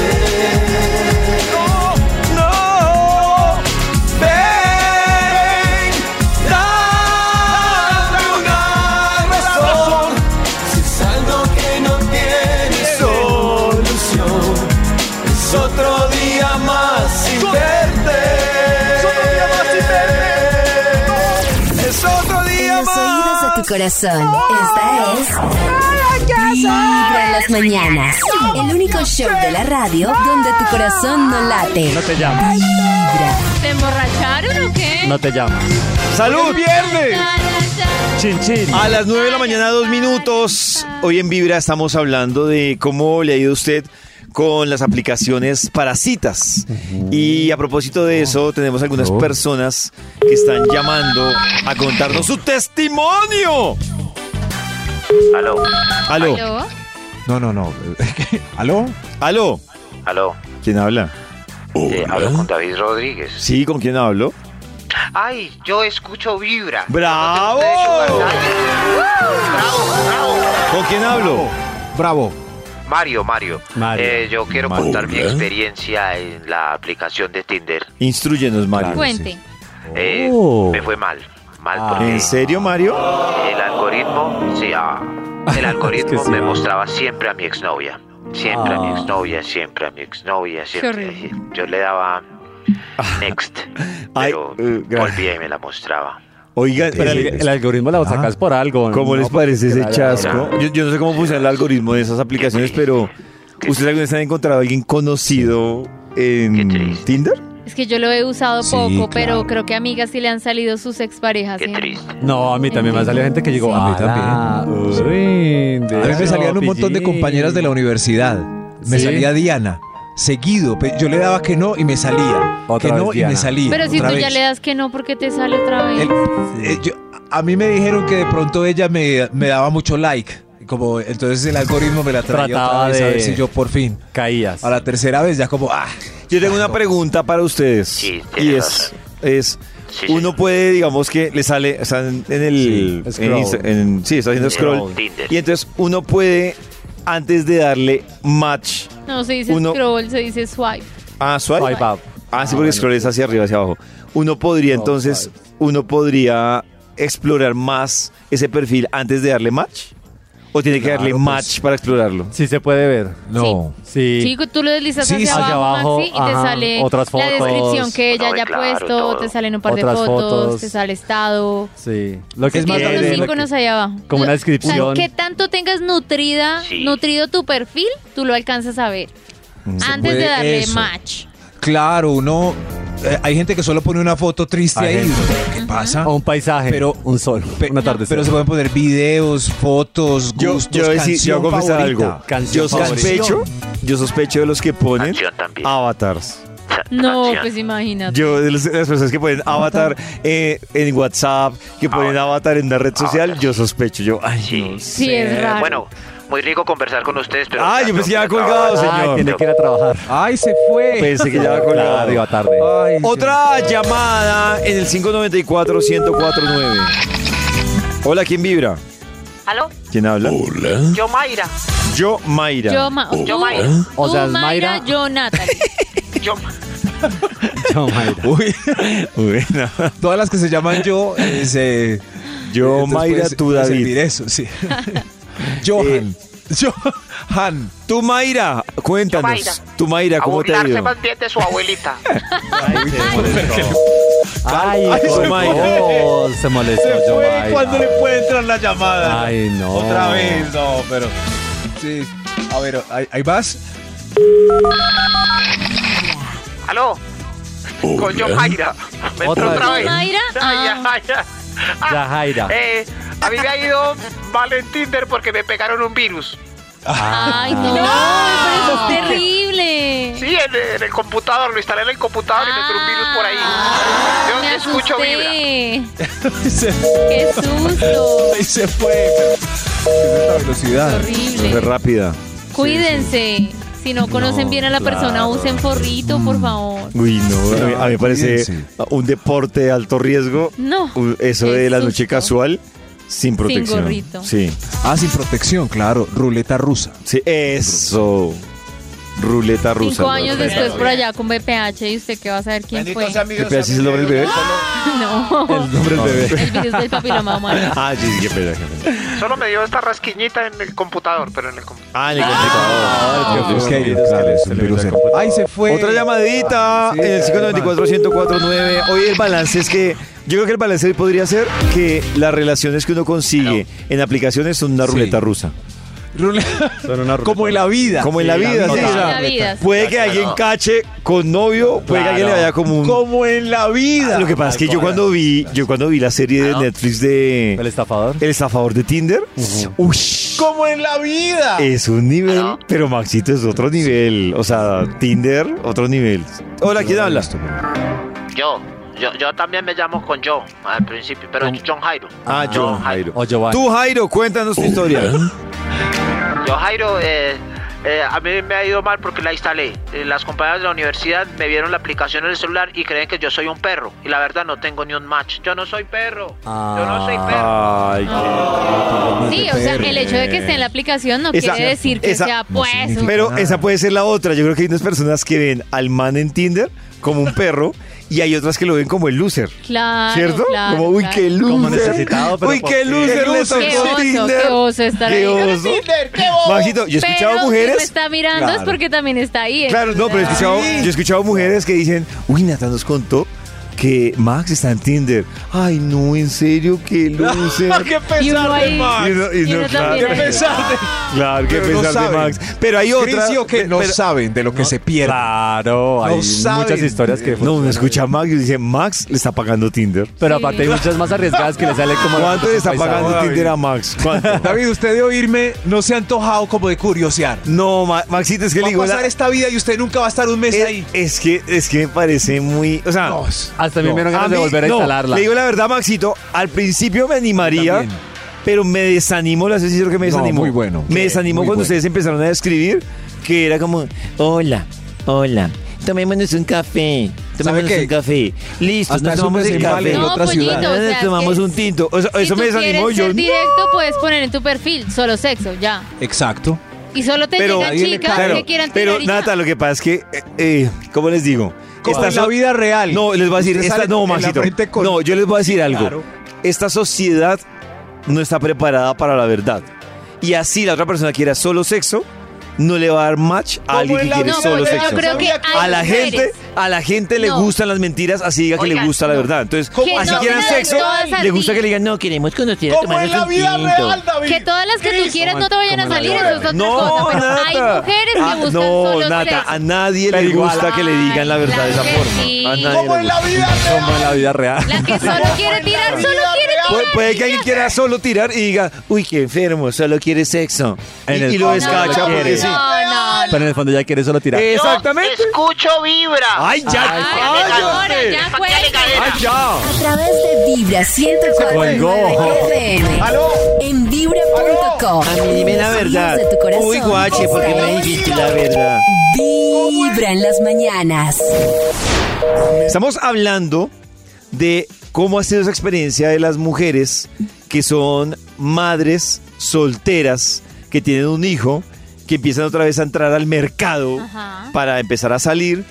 No, no. Ven, dame una razón. Si es algo que no tiene solución. Es otro día más sin verte. Es otro día más sin verte. Es otro ¡Ah!
En los oídos de tu corazón, esta es Vibra en las mañanas. El único show de la radio donde tu corazón no late. No te llamas.
¿Te emborracharon o qué?
No te llamas.
¡Salud!
¡Pierde!
Chin, chin. A las 9 de la mañana, dos minutos. Hoy en Vibra estamos hablando de cómo le ha ido a usted con las aplicaciones para citas. Y a propósito de eso, tenemos algunas personas que están llamando a contarnos su testimonio.
Aló.
Aló.
No, no, no. ¿Aló?
Aló.
Aló.
¿Quién habla?
Eh, hablo con David Rodríguez.
Sí, ¿con quién hablo?
Ay, yo escucho vibra.
¡Bravo! ¿Con quién hablo?
Bravo.
Mario, Mario.
Mario.
Eh, yo quiero
Mario.
contar mi
Hola.
experiencia en la aplicación de Tinder.
Instruyenos, Mario.
Cuente.
Eh,
Oh. Ah.
Me fue mal. Mal porque
¿En serio, Mario?
el algoritmo, sí, ah, el algoritmo
sí.
me mostraba siempre a mi exnovia. Siempre a mi
Ah.
exnovia, siempre a mi exnovia, siempre.
horrible.
Yo le daba next, pero
eh,
volvía y me la mostraba.
Oigan,
Pero el, el algoritmo la sacas por algo.
Ah. ¿Cómo
No,
les parece ese
porque la-
chasco? Yo, yo no sé cómo funciona el algoritmo de esas aplicaciones, pero ¿ustedes alguna vez han encontrado a alguien conocido en Tinder?
Es que yo lo he usado
Sí,
poco,
claro.
pero creo que a amigas sí le han salido sus exparejas. Qué
triste.
No, a mí también me ha salido gente que llegó a mí también. Uy,
A mí me salían un montón de compañeras de la universidad. Me
Sí.
salía Diana. Seguido, pe- yo le daba que no y me salía.
Otra
que
vez
no y
Diana.
me salía.
Pero si tú
otra
ya
vez.
le das que no, ¿por qué te sale otra vez?
El- eh, yo- a mí me dijeron que de pronto ella me, me daba mucho like. Como, entonces el algoritmo me la traía
Trataba
otra vez a ver
de-
si yo por fin
caías.
A la tercera vez ya como ah.
Yo tengo una pregunta para ustedes.
tienes
y es, es
Sí,
uno puede, digamos que le sale, o sea, en en el...
Sí,
en
scroll.
Insta- en- sí, está haciendo
Scroll.
scroll. Y entonces uno puede, antes de darle match
No se dice
Uno-
scroll, se dice swipe.
Ah, swipe.
Swipe up.
Ah, sí, porque scroll es hacia arriba, hacia abajo. Uno podría entonces, uno podría explorar más ese perfil antes de darle match. ¿O tiene que darle match para explorarlo?
Sí, se puede ver.
No.
Sí.
Chico, tú lo deslizas
Sí,
hacia,
hacia
abajo,
abajo,
Maxi, y
ajá,
te sale
otras
la
fotos.
descripción que ella
No,
haya
claro,
puesto,
todo.
te salen un par
Otras
de fotos,
fotos.
te sale estado.
Sí. Lo que
Es
es más
los íconos ahí abajo.
como una
Lo-
descripción.
O sea, que tanto tengas nutrida, nutrido tu perfil, tú lo alcanzas a ver. Antes de
puede
darle
eso.
match.
Claro, uno. eh, hay gente que solo pone una foto triste ahí.
Hay gente.
uno, ¿Qué pasa?
un paisaje.
Pero,
un sol. Una tarde.
pero se pueden poner videos, fotos, gustos,
yo, voy a decir- yo
canción
voy a confesar
favorita.
algo. yo sospecho, yo sospecho de los que ponen avatars.
No, pues imagínate.
Yo, de los- de las personas que ponen avatar eh, en WhatsApp, que ponen avatar en una red social, yo sospecho. Yo, ay, no
Sí, es raro.
Bueno, muy rico conversar con ustedes, pero...
Ah, yo pensé que ya había colgado, señor.
tiene que ir a trabajar.
Ay, se fue.
Pensé que ya había colgado.
Claro, iba tarde.
Otra llamada en el 594-1049. Hola, ¿quién vibra?
¿Aló?
¿Quién habla? Hola.
Yo, Mayra.
Yo, Mayra.
Yo, Ma-
Hola.
yo Mayra.
O sea,
Tú,
es Mayra.
Yo, Natalie.
Yo, Mayra. Uy, bueno.
Todas las que se llaman yo, eh, se-
Yo,
entonces
Mayra,
puede-
tú,
puede
David. Eh,
servir eso, sí. Johan. Johan.
Tú, Mayra, cuéntanos.
Yo,
Tú, Mayra,
A
¿cómo te ha
burlarse
ido?
más bien de su abuelita.
Ay,
Ay,
hijo
se
de madre.
fue.
Oh, se molestó
Se
yo.
fue
ay, ah.
cuando
no.
le puede entrar la llamada.
Ay, no.
Otra vez, no, pero. Sí. A ver, ¿hay, hay más?
¿Aló? Con yo, Mayra. Me
Otra
entró otra
vez.
vez.
Mayra?
Ay, ya, Mayra. Ah,
Ya, Jaira.
eh, a mí me ha ido mal en Tinder porque me pegaron un virus.
Ay, no,
No.
pero eso es terrible.
Sí, en, en el computador, lo instalé en el computador y me entró un virus por ahí. Yo
Ah, Me
escucho
asusté.
vibra.
Qué susto.
Ahí se fue. pero- Es la velocidad.
Horrible.
Fue rápida.
Cuídense. Si no conocen bien a la persona, usen forrito, por favor.
Uy, no, a mí, a mí me parece
Cuídense.
un deporte de alto riesgo.
No,
Un- Eso de la noche casual sin protección.
gorrito.
Sí.
Ah, sin protección, claro. Ruleta rusa.
Sí, eso. Ruleta rusa.
Cinco años
Ruleta
después
rusa.
por allá con BPH y usted que va a saber quién fue.
¿Qué pedazo es el nombre del bebé?
No.
El nombre del bebé.
Ah. El virus del papiloma humano.
Ah, sí, sí, qué pena, qué pena.
Solo me dio esta rasquiñita en el computador, pero en el computador.
Ah, en el computador.
Es que hay virus que le- un virus que- Ahí se fue.
Otra llamadita
Sí,
en el
hay
594-1049. Hoy el balance es que. Yo creo que el balance hoy podría ser que las relaciones que uno consigue en aplicaciones son una ruleta rusa.
Como en la vida.
Como en la vida, sí, o sea,
La vida, sí.
Puede que alguien cache con novio, puede que alguien le vaya como un.
Como en la vida.
Lo que pasa es que yo cuando vi, yo cuando vi la serie de Netflix de
El estafador.
El estafador de Tinder, ush,
Como en la vida.
es un nivel, pero Maxito es otro nivel. O sea, Tinder, otro nivel. Hola, ¿quién habla?
Yo, yo, yo también me llamo con yo al principio, pero John Jairo.
Ah, yo,
John
Jairo.
O Giovanni.
Tú, Jairo, cuéntanos tu historia.
Yo, Jairo, eh, eh, a mí me ha ido mal porque la instalé. Eh, Las compañeras de la universidad me vieron la aplicación en el celular y creen que yo soy un perro. Y la verdad no tengo ni un match. Yo no soy perro. Yo no soy perro.
Ay,
Sí, o sea, el hecho de que esté
Eh.
en la aplicación no
Esa-
quiere decir que
esa-
sea pues. un-
Pero esa puede ser la otra. Yo creo que hay unas personas que ven al man en Tinder como un perro y hay otras que lo ven como el loser.
Claro,
¿Cierto?
claro,
como, uy,
claro.
qué loser.
necesitado, pero
uy,
¿por
qué
qué?
loser le
loser,
Qué
tocó
oso,
Tinder.
qué oso estar ahí.
Qué oso. Maxito, yo he escuchado
Pero
mujeres.
Si me está mirando es
Claro.
porque también está ahí.
Claro, no, pero he escuchado- yo he escuchado mujeres que dicen, uy, Nata nos contó que Max está en Tinder. Ay, no, en serio, qué loser.
Ah, ¡Qué
Y uno
pesar de
ahí-
Max!
Y no- y
Y
no,
uno
claro,
también
¡Qué
ahí.
pesar de
claro, qué
Pero no
pesar de
saben.
Max. Pero hay otra.
Cris, ¿o qué?
pe-
no
pero-
saben de lo que se pierden.
Claro, hay
saben.
muchas historias que.
No, uno escucha a Max y dice, Max le está pagando Tinder.
Pero aparte hay muchas más arriesgadas que le sale como.
¿Cuánto le está
paisado.
pagando
David.
Tinder a Max? ¿Cuánto?
David, usted de oírme no se ha antojado como de curiosear.
No, Ma- Maxito, es que
Va
le
a
digo.
pasar
la-
esta vida y usted nunca va a estar un mes
es,
ahí.
es que, es que me parece muy. O sea,
No,
Hasta me
no.
dieron ganas
A
de
mí,
volver a
no,
instalarla.
Le digo la verdad, Maxito, al principio me
Yo
animaría,
también.
pero me desanimó, la sé si es lo que me
No,
desanimó.
muy bueno.
Me
Qué-
desanimó
muy bueno.
cuando ustedes empezaron a escribir, que era como, hola, hola, tomémonos un café, tomémonos
qué?
un café. Listo,
Hasta
nos
es un
tomamos el
desembalde
café.
en otra
Pollito,
ciudad.
o sea,
Nos
es
tomamos
que
un tinto. O sea,
Si
eso
tú
me desanimó
quieres
yo.
ser directo, puedes poner en tu perfil solo sexo, ya.
Exacto.
Y solo te
Pero,
llegan chicas
claro,
que quieran
pero
tirar y ya.
Nata, lo que pasa es que, eh, eh, ¿cómo les digo?
Como
Esta
en la
so-
vida real.
No, les voy a decir,
Usted
esta,
sale
no,
en la
Maxito.
frente con-
No, yo les voy a decir algo.
Claro.
Esta sociedad no está preparada para la verdad. Y así la otra persona que era solo sexo, no le va a dar match
Como
a alguien que
en la
quiere
vida
no,
solo
pero
real.
yo
sexo.
creo que hay
A la
mujeres
gente, a la gente le
No.
gustan las mentiras, así diga que le
Oigan,
gusta la verdad. Entonces,
Que
así
no
quieran
sean
sexo,
todas
le
así.
gusta que le digan, no, queremos conocer a
Como en la vida real, David.
Que todas las que tú quieras no te vayan a salir, eso es otra
No,
cosa. Pero
Nata.
hay mujeres que
Ah,
buscan
no,
solo
Nata,
sexo.
a nadie
Pero
le
igual.
gusta que le digan la
Ay,
verdad de esa
claro que
forma.
sí.
A nadie le
Como en la
gusta.
vida
Como en la
real.
vida real.
La que solo quiere tirar,
vida
solo quiere
real.
tirar.
Pu- puede que alguien quiera solo tirar y diga, uy, qué enfermo, solo quiere sexo.
En
Y,
el
y lo
fondo
descacha
lo
porque
quiere.
sí.
No, no.
Pero en el fondo ya quiere solo tirar.
Yo
Exactamente.
escucho vibra.
Ay, ya.
Ay,
Ay,
ahora,
ya.
ya
Pa' que
cuelga.
le cadena.
Ay, ya.
A través de Vibra 104.9
colgó.
FM.
¡Aló!
En vibra.com.
Dime la verdad.
De tu corazón.
Uy, guache, porque me dijiste la verdad.
Vibra en las mañanas.
Estamos hablando de cómo ha sido esa experiencia de las mujeres que son madres solteras que tienen un hijo, que empiezan otra vez a entrar al mercado
Ajá.
para empezar a salir.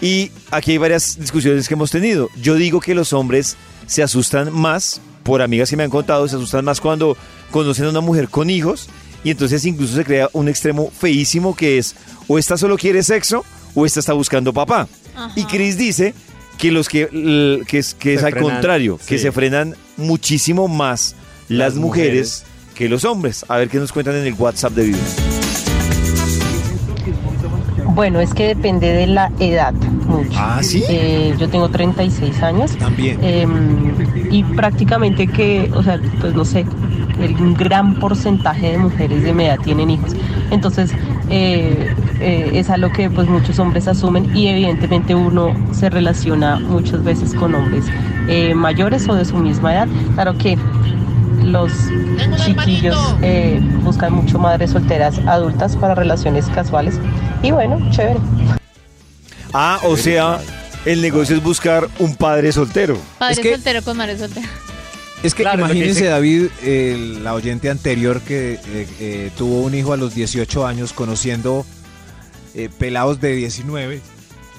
Y aquí hay varias discusiones que hemos tenido. Yo digo que los hombres se asustan más, por amigas que me han contado, se asustan más cuando conocen a una mujer con hijos. Y entonces incluso se crea un extremo feísimo que es o esta solo quiere sexo o esta está buscando papá.
Ajá.
Y Chris dice que los que, l- que es, que es
Se
al
frenan,
contrario, que
sí.
se frenan muchísimo más las,
Las
mujeres, que los hombres. A ver qué nos cuentan en el WhatsApp de Vivos.
Bueno, es que depende de la edad mucho.
Ah, ¿sí?
Eh, yo tengo 36 años.
También.
em, y prácticamente que, o sea, pues no sé, el- un gran porcentaje de mujeres de mi edad tienen hijos. Entonces, eh, eh, es algo que pues muchos hombres asumen y evidentemente uno se relaciona muchas veces con hombres eh, mayores o de su misma edad. Claro que los chiquillos eh, buscan mucho madres solteras adultas para relaciones casuales. Y bueno, chévere.
Ah, o sea, el negocio es buscar un padre soltero.
Padre
Es que-
soltero con madre soltera.
Es que
Claro, lo que
imagínense,
dice-
David, el- la oyente anterior que eh, eh, tuvo un hijo a los 18 años conociendo eh, pelados de 19.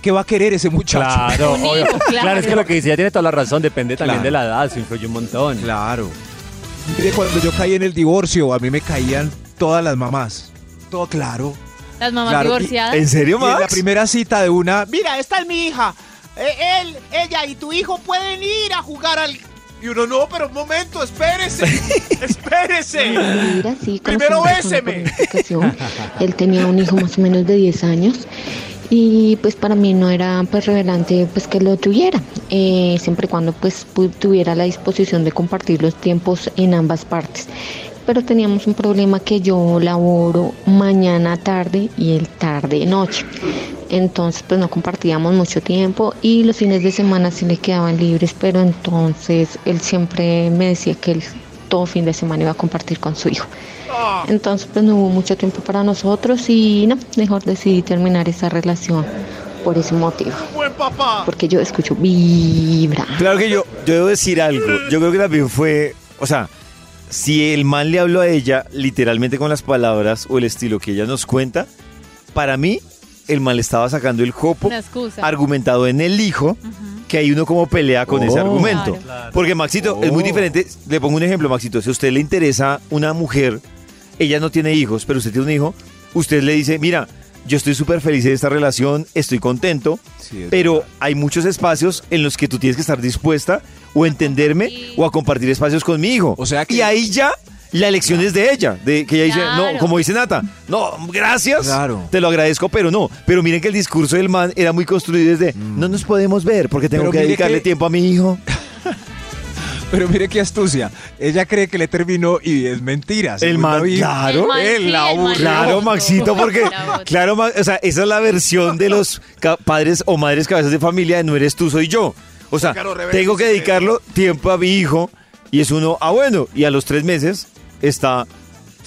¿Qué va a querer ese muchacho?
Claro, obvio. claro. es que lo que dice ella tiene toda la razón, depende también
Claro.
de la edad, eso influye un montón.
Claro. Mire, cuando yo caí en el divorcio, a mí me caían todas las mamás. Todo claro.
Las mamás
claro. Y-
divorciadas.
y en la primera cita de una, mira, esta es mi hija. Eh, él, ella y tu hijo pueden ir a jugar al... Y uno, no, pero un momento, espérese. espérese.
Mira, sí, conocí
Primero
a una persona por
béseme.
notificación. Él tenía un hijo más o menos de 10 años y pues para mí no era pues revelante pues que lo tuviera, eh, siempre y cuando pues pu- tuviera la disposición de compartir los tiempos en ambas partes. Pero teníamos un problema que yo laboro mañana tarde y él tarde noche. Entonces pues no compartíamos mucho tiempo y los fines de semana sí le quedaban libres, pero entonces él siempre me decía que él todo fin de semana iba a compartir con su hijo. Entonces pues no hubo mucho tiempo para nosotros y no, mejor decidí terminar esa relación por ese motivo. Porque yo escucho vibra.
Claro que yo, yo debo decir algo. Yo creo que también fue, o sea, si el man le habló a ella literalmente con las palabras o el estilo que ella nos cuenta, para mí el man le estaba sacando el copo
Una excusa.
argumentado en el hijo, que ahí uno como pelea con ese
Oh.
argumento.
Claro. Claro.
Porque Maxito es muy
Oh.
diferente. Le pongo un ejemplo, Maxito. Si a usted le interesa una mujer, ella no tiene hijos, pero usted tiene un hijo, usted le dice, mira, yo estoy súper feliz de esta relación, estoy contento,
Sí, es
pero hay muchos espacios en los que tú tienes que estar dispuesta o entenderme o a compartir espacios con mi hijo. O sea Y ahí ya la elección es de ella, de que ella dice,
Claro.
no, como dice Nata, no, gracias,
Claro.
te lo agradezco, pero no. Pero miren que el discurso del man era muy construido desde, no nos podemos ver porque
Mm.
tengo
Pero
que
mire
dedicarle
que-
tiempo a mi hijo.
Pero mire qué astucia. Ella cree que le terminó y es mentira.
El
según
man,
David.
claro.
Él la aburrió.
Claro, Maxito, porque,
La aburrió.
claro, Ma- o sea, esa es la versión de los ca- padres o madres cabezas de familia de no eres tú, soy yo. O sea, tengo que dedicarlo tiempo a mi hijo y es uno, ah, bueno, y a los tres meses está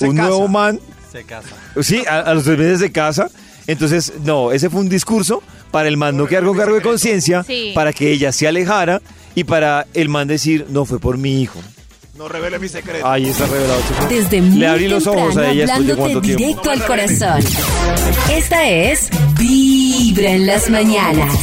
un nuevo man.
Se casa.
Sí, a, a los tres meses de casa. Entonces, no, ese fue un discurso para el man no quedar con cargo de conciencia,
Sí.
para que ella se alejara y para el man decir, no, fue por mi hijo.
No revele mi secreto.
Ahí está revelado. chico.
Desde muy
Le abrí los ojos a
temprano,
ella después de cuánto
hablándote
tiempo.
directo al corazón. Esta es Vibra en las mañanas.